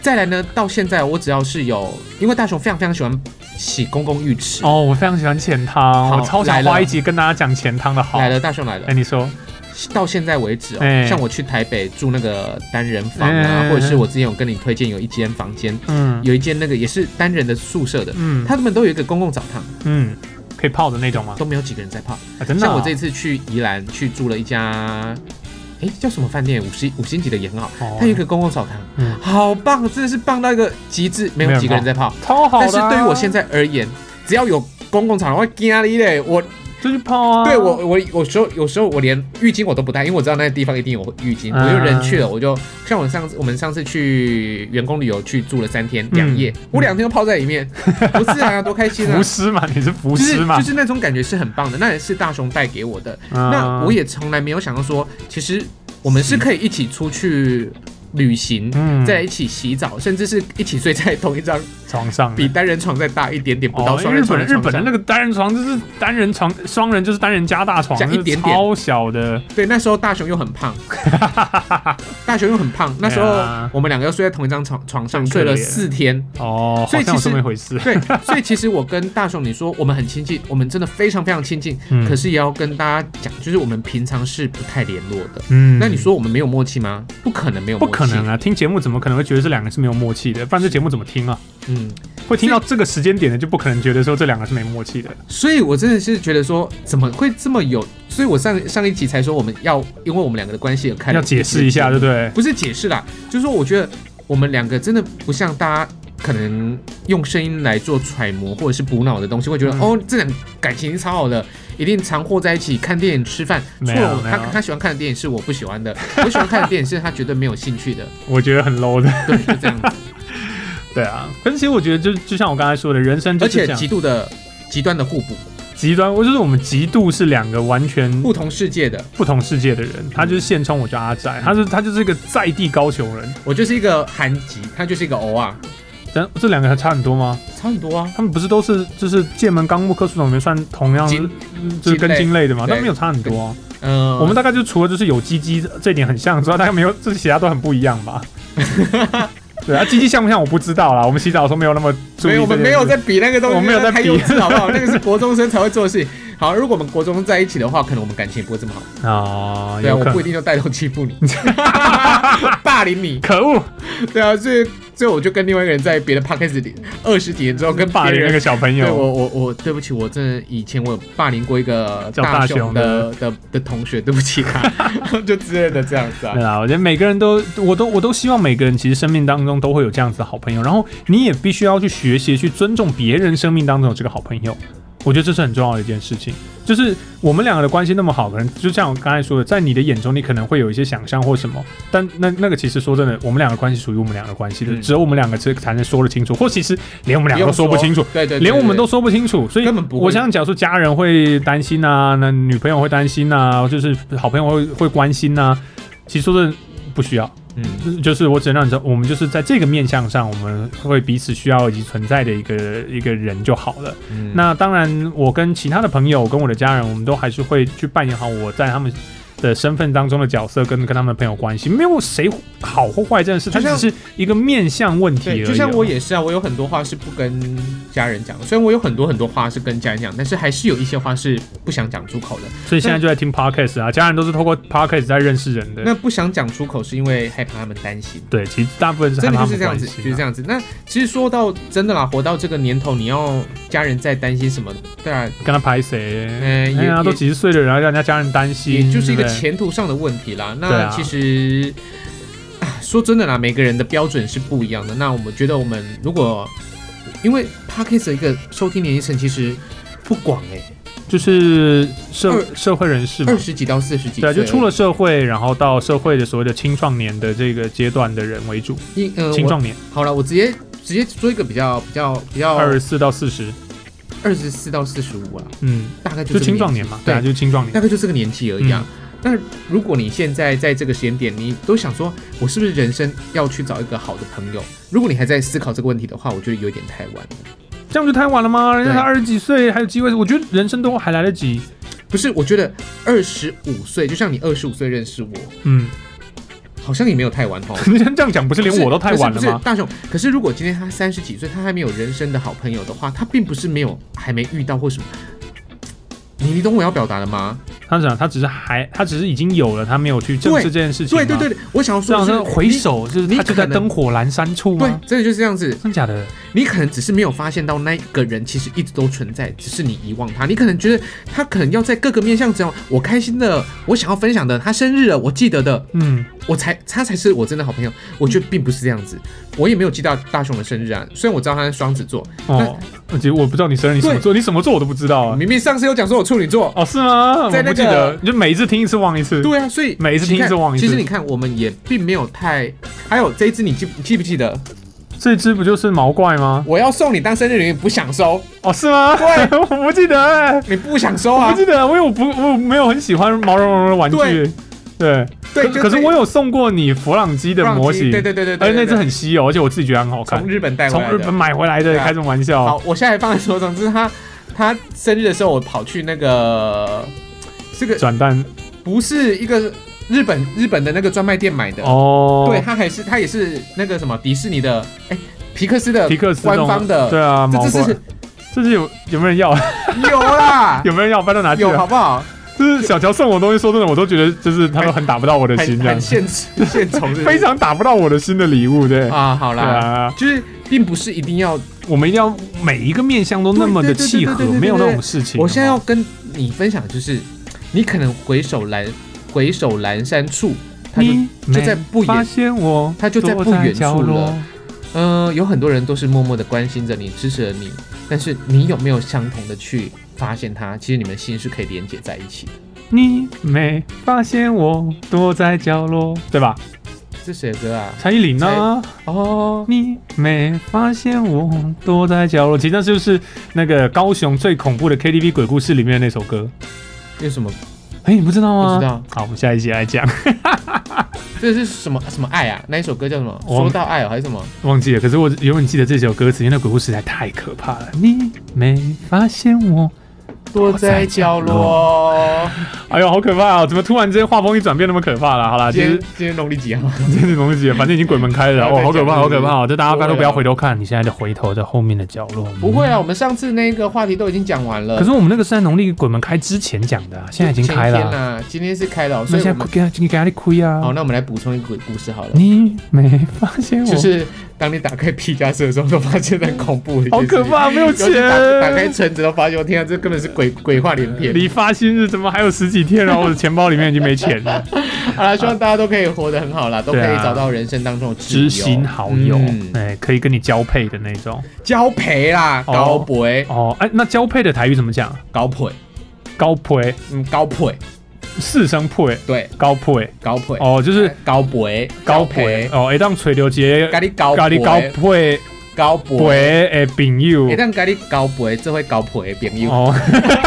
[SPEAKER 2] 再来呢，到现在我只要是有，因为大雄非常非常喜欢洗公共浴池。
[SPEAKER 1] 哦，我非常喜欢钱汤，
[SPEAKER 2] 好
[SPEAKER 1] 我超想
[SPEAKER 2] 来了
[SPEAKER 1] 花一集跟大家讲钱汤的好。
[SPEAKER 2] 来了，大雄来了
[SPEAKER 1] 哎，。你说，
[SPEAKER 2] 到现在为止哦，
[SPEAKER 1] 哎
[SPEAKER 2] 像我去台北住那个单人房啊，
[SPEAKER 1] 哎
[SPEAKER 2] 或者是我之前有跟你推荐有一间房间，
[SPEAKER 1] 嗯
[SPEAKER 2] 有一间那个也是单人的宿舍的，
[SPEAKER 1] 嗯
[SPEAKER 2] 他们都有一个公共澡堂，
[SPEAKER 1] 嗯，可以泡的那种吗？
[SPEAKER 2] 都没有几个人在泡。
[SPEAKER 1] 啊真的啊，
[SPEAKER 2] 像我这次去宜兰去住了一家，哎叫什么饭店？五星五星级的也很好，
[SPEAKER 1] 哦
[SPEAKER 2] 它有一个公共澡堂，
[SPEAKER 1] 嗯
[SPEAKER 2] 好棒，真的是棒到一个极致，没
[SPEAKER 1] 没
[SPEAKER 2] 有
[SPEAKER 1] 有
[SPEAKER 2] 几个人在泡。
[SPEAKER 1] 超好的
[SPEAKER 2] 但
[SPEAKER 1] 啊，
[SPEAKER 2] 是对于我现在而言，只要有公共场合，我会惊你嘞！我
[SPEAKER 1] 就去泡啊，
[SPEAKER 2] 对我 我有时候有时候我连浴巾我都不带，因为我知道那个地方一定有浴巾，
[SPEAKER 1] 嗯
[SPEAKER 2] 我就人去了，我就像我上次我们上次去员工旅游去住了三天两夜，
[SPEAKER 1] 嗯
[SPEAKER 2] 我两天都泡在 里面，不自然啊，多开心啊
[SPEAKER 1] 浮！尸嘛，你是浮
[SPEAKER 2] 就是
[SPEAKER 1] 尸嘛啊嗯
[SPEAKER 2] 就，是那种感觉是很棒的，那也是大雄带给我的。那
[SPEAKER 1] 那
[SPEAKER 2] 我也从来没有想到说，其实我们是可以一起出去旅行，
[SPEAKER 1] 嗯
[SPEAKER 2] 在一起洗澡，甚至是一起睡在同一张
[SPEAKER 1] 床上
[SPEAKER 2] 比单人床再大一点点，不到
[SPEAKER 1] 哦，因
[SPEAKER 2] 双
[SPEAKER 1] 为
[SPEAKER 2] 人
[SPEAKER 1] 日
[SPEAKER 2] 床
[SPEAKER 1] 本
[SPEAKER 2] 的
[SPEAKER 1] 日
[SPEAKER 2] 床
[SPEAKER 1] 本的
[SPEAKER 2] 上
[SPEAKER 1] 那个单人床就是单人床，双人就是单人加大床，
[SPEAKER 2] 讲一
[SPEAKER 1] 就是
[SPEAKER 2] 点点
[SPEAKER 1] 超小的，
[SPEAKER 2] 对，那时候大雄又很 胖，大雄又很胖。那时候
[SPEAKER 1] 对啊
[SPEAKER 2] 我们两个又睡在同一张床床上，
[SPEAKER 1] 很可
[SPEAKER 2] 睡
[SPEAKER 1] 怜
[SPEAKER 2] 了四天。
[SPEAKER 1] 哦，
[SPEAKER 2] 所
[SPEAKER 1] 好
[SPEAKER 2] 以
[SPEAKER 1] 像有
[SPEAKER 2] 其实
[SPEAKER 1] 这么一回事，
[SPEAKER 2] 对，所以其实我跟大雄，你说我们很亲近，我们真的非常非常亲近。
[SPEAKER 1] 嗯
[SPEAKER 2] 可是也要跟大家讲，就是我们平常是不太联络的。
[SPEAKER 1] 嗯
[SPEAKER 2] 那你。说我们没有默契吗？不可能没有默
[SPEAKER 1] 不
[SPEAKER 2] 契，
[SPEAKER 1] 可能。啊！听节目怎么可能会觉得这两个是没有默契的？不然这节目怎么听啊？
[SPEAKER 2] 嗯，
[SPEAKER 1] 会听到这个时间点的，就不可能觉得说这两个是没默契的。
[SPEAKER 2] 所以我真的是觉得说，怎么会这么有？所以我上上一集才说我们要，因为我们两个的关系有看
[SPEAKER 1] 要解释一下，对不对？
[SPEAKER 2] 不是解释啦，就是说我觉得我们两个真的不像大家可能用声音来做揣摩或者是补脑的东西，会觉得、
[SPEAKER 1] 嗯
[SPEAKER 2] 哦，这两感情超好的，一定常和在一起看电影吃饭。
[SPEAKER 1] 没
[SPEAKER 2] 错
[SPEAKER 1] 有
[SPEAKER 2] 了，
[SPEAKER 1] 没有
[SPEAKER 2] 他他喜欢看的电影是我不喜欢的，我喜欢看的电影是他绝对没有兴趣的，
[SPEAKER 1] 我觉得很 low 的。
[SPEAKER 2] 对，就这样子。
[SPEAKER 1] 对啊，可是其实我觉得就就像我刚才说的，人生 就
[SPEAKER 2] 而
[SPEAKER 1] 是
[SPEAKER 2] 且
[SPEAKER 1] 这样
[SPEAKER 2] 极度的极端的互补，
[SPEAKER 1] 极端，我就是我们极度是两个完全
[SPEAKER 2] 不同世界的，
[SPEAKER 1] 不同世界的人，他就是现充，我叫阿
[SPEAKER 2] 嗯
[SPEAKER 1] 宅，他是他就是一个在地高雄人。
[SPEAKER 2] 我就是一个韩籍，他就是一个偶尔，
[SPEAKER 1] 但
[SPEAKER 2] 嗯
[SPEAKER 1] 这两个还差很多吗？
[SPEAKER 2] 差很多啊。
[SPEAKER 1] 他们不是都是就是剑门纲目科属种里面算同样
[SPEAKER 2] 金
[SPEAKER 1] 嗯就是跟
[SPEAKER 2] 金类
[SPEAKER 1] 鲸类的嘛？
[SPEAKER 2] 对
[SPEAKER 1] 但没有差很多啊、
[SPEAKER 2] 嗯、
[SPEAKER 1] 我们大概就除了就是有鸡鸡这一点很像之外，大概没有这其他都很不一样 吧。对啊，鸡鸡像不像我不知道啦。我们洗澡的时候没有那么注意
[SPEAKER 2] 没有，我们没有
[SPEAKER 1] 这件
[SPEAKER 2] 在
[SPEAKER 1] 事
[SPEAKER 2] 比那个东西，
[SPEAKER 1] 我没有在比
[SPEAKER 2] 太幼稚好不好？那个是国中生才会做的事情。好，如果我们国中在一起的话，可能我们感情也不会这么好。
[SPEAKER 1] 啊，
[SPEAKER 2] 对啊，
[SPEAKER 1] 有
[SPEAKER 2] 我
[SPEAKER 1] 可
[SPEAKER 2] 不一
[SPEAKER 1] 能。
[SPEAKER 2] 定就带头欺 负你，霸凌你。
[SPEAKER 1] 可恶，
[SPEAKER 2] 对啊，所以所以我就跟另外一个人在别的 podcast 里二十几年之后跟
[SPEAKER 1] 霸
[SPEAKER 2] 别
[SPEAKER 1] 凌那
[SPEAKER 2] 人
[SPEAKER 1] 个。小朋
[SPEAKER 2] 对
[SPEAKER 1] 友，
[SPEAKER 2] 我我我对不起，我真的以前我有霸凌过一个
[SPEAKER 1] 叫大雄
[SPEAKER 2] 雄的的的同学，对不 起他，就之类的这样子啊
[SPEAKER 1] 对。啦，我觉得每个人都，我都我都希望每个人其实生命当中都会有这样子的好朋友，然后你也必须要去学习去尊重别人生命当中有这个好朋友，我觉得这是很重要的一件事情。就是我们两个的关系那么好，可能就像我刚才说的，在你的眼中你可能会有一些想象或什么，但那那个其实说真的，我们两个关系属于我们两个关系的，
[SPEAKER 2] 嗯
[SPEAKER 1] 只有我们两个才才能说得清楚，或其实连我们两个
[SPEAKER 2] 用
[SPEAKER 1] 都说不清楚，，
[SPEAKER 2] 对对，对
[SPEAKER 1] 连我们都说不清楚，所以
[SPEAKER 2] 根本不会
[SPEAKER 1] 我想讲说，家人会担心啊，那女朋友会担心啊，就是好朋友会会关心啊。其实说真的，不需要，
[SPEAKER 2] 对嗯
[SPEAKER 1] 就是就是我只能让你知道，我们就是在这个面向上，我们会彼此需要以及存在的一个一个人就好了。
[SPEAKER 2] 嗯
[SPEAKER 1] 那当然，我跟其他的朋友、跟我的家人，我们都还是会去扮演好我在他们的身份当中的角色，跟跟他们的朋友关系。没有谁好或坏这件事，它
[SPEAKER 2] 就像
[SPEAKER 1] 只是一个面向问题而已
[SPEAKER 2] 对，
[SPEAKER 1] 哦。
[SPEAKER 2] 就像我也是啊，我有很多话是不跟家人讲，虽然我有很多很多话是跟家人讲，但是还是有一些话是不想讲出口的。
[SPEAKER 1] 所以现在就在听 podcast 啊，家人都是透过 podcast 在认识人的。
[SPEAKER 2] 嗯那不想讲出口是因为害怕他们担心。
[SPEAKER 1] 对，其实大部分是和
[SPEAKER 2] 真的
[SPEAKER 1] 他
[SPEAKER 2] 就
[SPEAKER 1] 们
[SPEAKER 2] 是这样
[SPEAKER 1] 关
[SPEAKER 2] 子，
[SPEAKER 1] 系、啊
[SPEAKER 2] 就是这。样子。那其实说到真的啦，活到这个年头，你要家人在担心什么，啊当然
[SPEAKER 1] 跟他拍谁？
[SPEAKER 2] 嗯
[SPEAKER 1] 哎
[SPEAKER 2] 也
[SPEAKER 1] 呀，
[SPEAKER 2] 也
[SPEAKER 1] 都几十岁了，然后让人家家人担心，
[SPEAKER 2] 也就是一
[SPEAKER 1] 对不
[SPEAKER 2] 个
[SPEAKER 1] 对
[SPEAKER 2] 前途上的问题啦。
[SPEAKER 1] 对
[SPEAKER 2] 那
[SPEAKER 1] 啊
[SPEAKER 2] 其实、啊说真的啦，每个人的标准是不一样的。那我们觉得我们如果因为 p a c k a g e 的一个收听年龄层其实不广哎、
[SPEAKER 1] 就是社
[SPEAKER 2] 二
[SPEAKER 1] 社会人士嘛
[SPEAKER 2] 二。十几到四十几岁
[SPEAKER 1] 对啊，
[SPEAKER 2] 而已，
[SPEAKER 1] 就出了社会，然后到社会的所谓的青壮年的这个阶段的人为主，
[SPEAKER 2] 一呃，
[SPEAKER 1] 青
[SPEAKER 2] 我
[SPEAKER 1] 壮年
[SPEAKER 2] 好了，我直接直接说一个比较比较比较
[SPEAKER 1] 二十四到四十，
[SPEAKER 2] 二十四到四十五啊，
[SPEAKER 1] 嗯，
[SPEAKER 2] 大概
[SPEAKER 1] 就
[SPEAKER 2] 就这个
[SPEAKER 1] 青壮
[SPEAKER 2] 纪
[SPEAKER 1] 年嘛，
[SPEAKER 2] 对
[SPEAKER 1] 对啊，就是青壮年。
[SPEAKER 2] 大概就这个年纪而已啊。
[SPEAKER 1] 嗯
[SPEAKER 2] 那如果你现在在这个时间点，你都想说，我是不是人生要去找一个好的朋友？如果你还在思考这个问题的话，我觉得有点太晚了。
[SPEAKER 1] 这样就太晚了吗？人家
[SPEAKER 2] 对
[SPEAKER 1] 才二十几岁，还有机会，我觉得人生都还来得及。
[SPEAKER 2] 不是，我觉得二十五岁，就像你二十五岁认识我，
[SPEAKER 1] 嗯，
[SPEAKER 2] 好像也没有太晚哦。
[SPEAKER 1] 你这样讲不是连我都太晚了
[SPEAKER 2] 不是不
[SPEAKER 1] 吗
[SPEAKER 2] 是？大雄，可是如果今天他三十几岁，他还没有人生的好朋友的话，他并不是没有还没遇到或什么。你你懂我要表达的吗？
[SPEAKER 1] 他讲他只是还他只是已经有了，他没有去正视这件事情。
[SPEAKER 2] 对对对，对，我想要
[SPEAKER 1] 这
[SPEAKER 2] 说
[SPEAKER 1] 样
[SPEAKER 2] 的是
[SPEAKER 1] 是回，首，就是
[SPEAKER 2] 你
[SPEAKER 1] 他就在
[SPEAKER 2] 可能
[SPEAKER 1] 灯火阑珊处
[SPEAKER 2] 你对
[SPEAKER 1] 吗？，
[SPEAKER 2] 真的就是这样子。
[SPEAKER 1] 真假的？
[SPEAKER 2] 你可能只是没有发现到那个人其实一直都存在，只是你遗忘他。你可能觉得他可能要在各个面向，只要我开心的，我想要分享的，他生日了，我记得的，
[SPEAKER 1] 嗯，
[SPEAKER 2] 我才他才是我真的好朋友。我觉得并不是这样子，我也没有记到大雄的生日啊。虽然我知道他是双子座，
[SPEAKER 1] 哦，而且我不知道你生日你什么
[SPEAKER 2] 对
[SPEAKER 1] 座，你什么座我都不知道啊。
[SPEAKER 2] 明明上次有讲说我处女座，
[SPEAKER 1] 哦，是吗？我
[SPEAKER 2] 在
[SPEAKER 1] 不
[SPEAKER 2] 那个
[SPEAKER 1] 记得，你就每一次听一次忘一次。
[SPEAKER 2] 对啊，所以
[SPEAKER 1] 每一次
[SPEAKER 2] 你看
[SPEAKER 1] 听一次忘一次
[SPEAKER 2] 其实你看，我们也并没有太。还有这一只，你记记不记得？
[SPEAKER 1] 这只不就是毛怪吗？
[SPEAKER 2] 我要送你当生日礼物，你不想收，
[SPEAKER 1] 哦，是吗？
[SPEAKER 2] 对
[SPEAKER 1] 我不记得哎，
[SPEAKER 2] 你不想收
[SPEAKER 1] 我
[SPEAKER 2] 啊
[SPEAKER 1] 不？记得，因为我不我没有很喜欢毛茸茸的玩具。对，
[SPEAKER 2] 对，
[SPEAKER 1] 可可是我有送过你弗朗机的
[SPEAKER 2] 让
[SPEAKER 1] 模型，
[SPEAKER 2] 对对对对对，
[SPEAKER 1] 而且那只
[SPEAKER 2] 对
[SPEAKER 1] 很稀有，而且我自己觉得很好看
[SPEAKER 2] 从，日本带回
[SPEAKER 1] 从
[SPEAKER 2] 来
[SPEAKER 1] 日
[SPEAKER 2] 的。
[SPEAKER 1] 本买回来的
[SPEAKER 2] 对，啊
[SPEAKER 1] 开什么玩笑？
[SPEAKER 2] 好，我现在放在手上，就是他他生日的时候，我跑去那个这个
[SPEAKER 1] 转蛋
[SPEAKER 2] 不是一个日本日本的那个专卖店买的，
[SPEAKER 1] 哦，
[SPEAKER 2] 对，，他还是他也是那个什么迪士尼的，哎、皮克斯的
[SPEAKER 1] 皮克斯
[SPEAKER 2] 官
[SPEAKER 1] 动
[SPEAKER 2] 方的，
[SPEAKER 1] 对啊，毛
[SPEAKER 2] 这这
[SPEAKER 1] 怪，
[SPEAKER 2] 是
[SPEAKER 1] 这是有有没有人要？，
[SPEAKER 2] 有 啦
[SPEAKER 1] 有没有啊人要？搬到哪去
[SPEAKER 2] 有
[SPEAKER 1] 了？
[SPEAKER 2] 好不好？
[SPEAKER 1] 就是小乔送我东西，说真的，我都觉得就是他都很打不到我的心，
[SPEAKER 2] 很
[SPEAKER 1] 这样
[SPEAKER 2] 很现实现成
[SPEAKER 1] 非 常打不到我的心的礼物，对。
[SPEAKER 2] 啊，好
[SPEAKER 1] 对
[SPEAKER 2] 啦。
[SPEAKER 1] 啊，
[SPEAKER 2] 就是并不是一定要，
[SPEAKER 1] 我们一定要每一个面向都那么的契合
[SPEAKER 2] 对对对对对，对
[SPEAKER 1] 没有那种事情。
[SPEAKER 2] 我现在
[SPEAKER 1] 好
[SPEAKER 2] 要
[SPEAKER 1] 不
[SPEAKER 2] 跟你分享，就是你可能回首阑回首阑珊处，
[SPEAKER 1] 好
[SPEAKER 2] 他就
[SPEAKER 1] 你
[SPEAKER 2] 就在
[SPEAKER 1] 没
[SPEAKER 2] 不
[SPEAKER 1] 发
[SPEAKER 2] 远
[SPEAKER 1] 现我，
[SPEAKER 2] 他就在不远处了。嗯，有很多人都是默默的关心着你，支持着你，但是你有没有相同的去发现它？其实你们心是可以连接在一起的。
[SPEAKER 1] 你没发现我躲在角落，对吧？
[SPEAKER 2] 这谁的歌啊？
[SPEAKER 1] 蔡依林啊，
[SPEAKER 2] 哦，
[SPEAKER 1] 你没发现我躲在角落，其实那就是那个高雄最恐怖的 KTV 鬼故事里面的那首歌。
[SPEAKER 2] 有什么？
[SPEAKER 1] 哎，你不知道吗？
[SPEAKER 2] 不知道。
[SPEAKER 1] 好，我们下一集来讲，
[SPEAKER 2] 这是什么什么爱啊？那一首歌叫什么？
[SPEAKER 1] 我
[SPEAKER 2] 说到爱哦，还是什么？
[SPEAKER 1] 忘记了。可是我永远记得这首歌词，因为那鬼故事实在太可怕了。你没发现我？
[SPEAKER 2] 躲在角落。
[SPEAKER 1] 哎呦，好可怕哦！怎么突然之间画风一转变那么可怕了？好啦，其
[SPEAKER 2] 今天
[SPEAKER 1] 实
[SPEAKER 2] 今天农历几号？
[SPEAKER 1] 今天是东西，反正已经鬼门开了，
[SPEAKER 2] 不
[SPEAKER 1] 哦，
[SPEAKER 2] 要
[SPEAKER 1] 好可怕，
[SPEAKER 2] 再讲
[SPEAKER 1] 好
[SPEAKER 2] 了
[SPEAKER 1] 可怕！哦！这大家拜托
[SPEAKER 2] 不会
[SPEAKER 1] 不要
[SPEAKER 2] 啊
[SPEAKER 1] 回头看，你现在就回头在后面的角落。
[SPEAKER 2] 不会
[SPEAKER 1] 嗯。
[SPEAKER 2] 啊，我们上次那个话题都已经讲完了。
[SPEAKER 1] 可是我们那个是在农历鬼门开之前讲的啊，现在已经开了
[SPEAKER 2] 前天
[SPEAKER 1] 啊。
[SPEAKER 2] 啦，今天是开了哦，
[SPEAKER 1] 那
[SPEAKER 2] 所以我
[SPEAKER 1] 现在
[SPEAKER 2] 们
[SPEAKER 1] 给给给他亏啊！
[SPEAKER 2] 好，那我们来补充一个故事好了。
[SPEAKER 1] 你没发现我？
[SPEAKER 2] 就是当你打开皮夹克的时候，都发现很恐怖的一件
[SPEAKER 1] 好
[SPEAKER 2] 事情
[SPEAKER 1] 可怕，没有
[SPEAKER 2] 尤其打打开
[SPEAKER 1] 钱。
[SPEAKER 2] 存折都发现，我天啊，这根本是鬼鬼话连篇。
[SPEAKER 1] 离发薪日怎么还有十几天？然后我的钱包里面已经没钱了。
[SPEAKER 2] 好啦，希望大家都可以活得很好啦，都可
[SPEAKER 1] 对
[SPEAKER 2] 以
[SPEAKER 1] 啊
[SPEAKER 2] 找到人生当中的
[SPEAKER 1] 知心好友，哎、
[SPEAKER 2] 嗯
[SPEAKER 1] 可以跟你交配的那种。
[SPEAKER 2] 交陪啦，
[SPEAKER 1] 哦
[SPEAKER 2] 高陪
[SPEAKER 1] 哦，哎、那交配的台语怎么讲？
[SPEAKER 2] 高陪，
[SPEAKER 1] 高配，
[SPEAKER 2] 嗯，高陪，
[SPEAKER 1] 四声配，
[SPEAKER 2] 对，
[SPEAKER 1] 高配。
[SPEAKER 2] 高陪，
[SPEAKER 1] 哦，就是
[SPEAKER 2] 高陪，
[SPEAKER 1] 高
[SPEAKER 2] 陪
[SPEAKER 1] 配，，哦，哎，当垂柳节
[SPEAKER 2] 咖喱高
[SPEAKER 1] 咖喱高配
[SPEAKER 2] 高博，哎、
[SPEAKER 1] 喂，哎，丙友
[SPEAKER 2] 欸，但咖喱高博，这会高博的朋友。
[SPEAKER 1] 哦，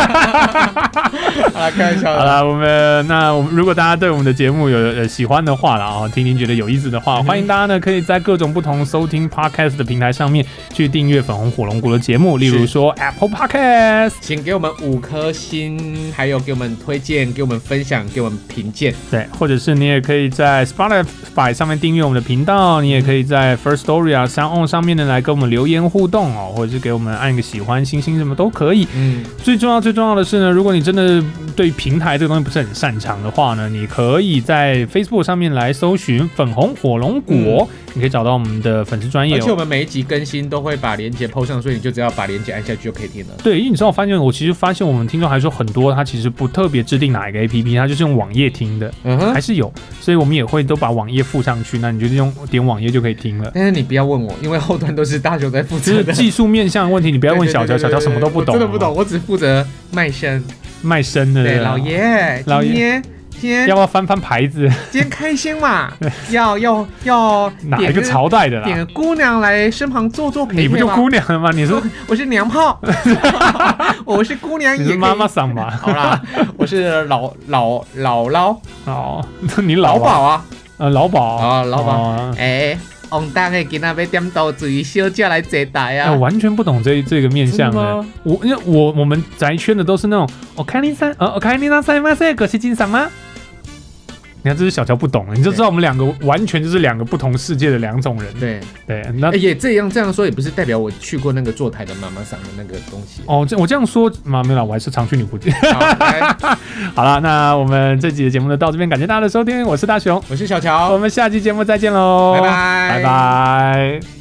[SPEAKER 2] 好啦，开玩笑
[SPEAKER 1] 好
[SPEAKER 2] 的。
[SPEAKER 1] 啦，我们那我们如果大家对我们的节目有呃喜欢的话啦，啊，听听觉得有意思的话，欢迎大家呢可以在各种不同收听 podcast 的平台上面去订阅粉红火龙果的节目，例如
[SPEAKER 2] 是
[SPEAKER 1] 说 Apple Podcast，
[SPEAKER 2] 请给我们五颗星，还有给我们推荐，给我们分享，给我们评鉴。
[SPEAKER 1] 对，或者是你也可以在 Spotify 上面订阅我们的频道，你也可以在 First Story 啊、Sound On 上面呢来跟我们留言互动哦，或者是给我们按个喜欢、星星什么都可以。
[SPEAKER 2] 嗯，
[SPEAKER 1] 最重要、最重要的是呢，如果你真的对平台这个东西不是很擅长的话呢，你可以在 Facebook 上面来搜寻“粉红火龙果”，你可以找到我们的粉丝专业、
[SPEAKER 2] 而且我
[SPEAKER 1] 哦。
[SPEAKER 2] 们每一集更新都会把链接 PO 上，所以你就只要把链接按下去就可以听了。
[SPEAKER 1] 对，因为你知道，我发现我其实发现我们听众还说很多，他其实不特别制定哪一个 APP，他就是用网页听的，
[SPEAKER 2] 嗯
[SPEAKER 1] 还
[SPEAKER 2] 哼，
[SPEAKER 1] 是有，所以我们也会都把网页附上去，那你就是用点网页就可以听了。
[SPEAKER 2] 但是你不要问我，因为后端都是大雄在负
[SPEAKER 1] 就
[SPEAKER 2] 责
[SPEAKER 1] 是
[SPEAKER 2] 的。
[SPEAKER 1] 技术面向的问题，你不
[SPEAKER 2] 不
[SPEAKER 1] 要问小乔，小乔什么都不懂，
[SPEAKER 2] 真的不懂，，我只负责卖身。
[SPEAKER 1] 卖身的
[SPEAKER 2] 对，老，爷，
[SPEAKER 1] 老爷
[SPEAKER 2] 今天今天
[SPEAKER 1] 要不要翻翻牌子，
[SPEAKER 2] 今天开 心嘛？要要要
[SPEAKER 1] 哪
[SPEAKER 2] 点
[SPEAKER 1] 一个朝代的
[SPEAKER 2] 点
[SPEAKER 1] 啦？
[SPEAKER 2] 个姑娘来身旁坐坐陪陪
[SPEAKER 1] 你不就
[SPEAKER 2] 吧
[SPEAKER 1] 姑娘了吗？你是
[SPEAKER 2] 我是娘 炮，我是姑娘，
[SPEAKER 1] 你
[SPEAKER 2] 也可
[SPEAKER 1] 是
[SPEAKER 2] 以
[SPEAKER 1] 妈妈。桑吧？
[SPEAKER 2] 好啦，我是老老姥姥
[SPEAKER 1] 哦，你老
[SPEAKER 2] 老
[SPEAKER 1] 鸨
[SPEAKER 2] 鸨啊！
[SPEAKER 1] 呃老哦鸨
[SPEAKER 2] 啊老鸨
[SPEAKER 1] 鸨，
[SPEAKER 2] 哎，红蛋的今仔要点到水小姐来坐台
[SPEAKER 1] 哎
[SPEAKER 2] 啊
[SPEAKER 1] 我！完全不懂这这个面向
[SPEAKER 2] 真的
[SPEAKER 1] 的
[SPEAKER 2] 吗。
[SPEAKER 1] 我因为我我们宅圈的都是那种，我看你三，呃，我看你那三吗？这个是金什么？你看，这是小乔不懂了，你就知道我们两个完全就是两个不同世界的两种人。
[SPEAKER 2] 对，
[SPEAKER 1] 对，那。
[SPEAKER 2] 哎也这样这样说也不是代表我去过那个坐台的妈妈桑的那个东西
[SPEAKER 1] 哦，这我这样说，妈没有啦，我还是常去女仆街。
[SPEAKER 2] 好，来
[SPEAKER 1] 好了，那我们这集的节目呢到这边，感谢大家的收听，我是大雄，
[SPEAKER 2] 我是小
[SPEAKER 1] 我
[SPEAKER 2] 乔，
[SPEAKER 1] 们下期节目再见喽，
[SPEAKER 2] 拜拜
[SPEAKER 1] 拜拜。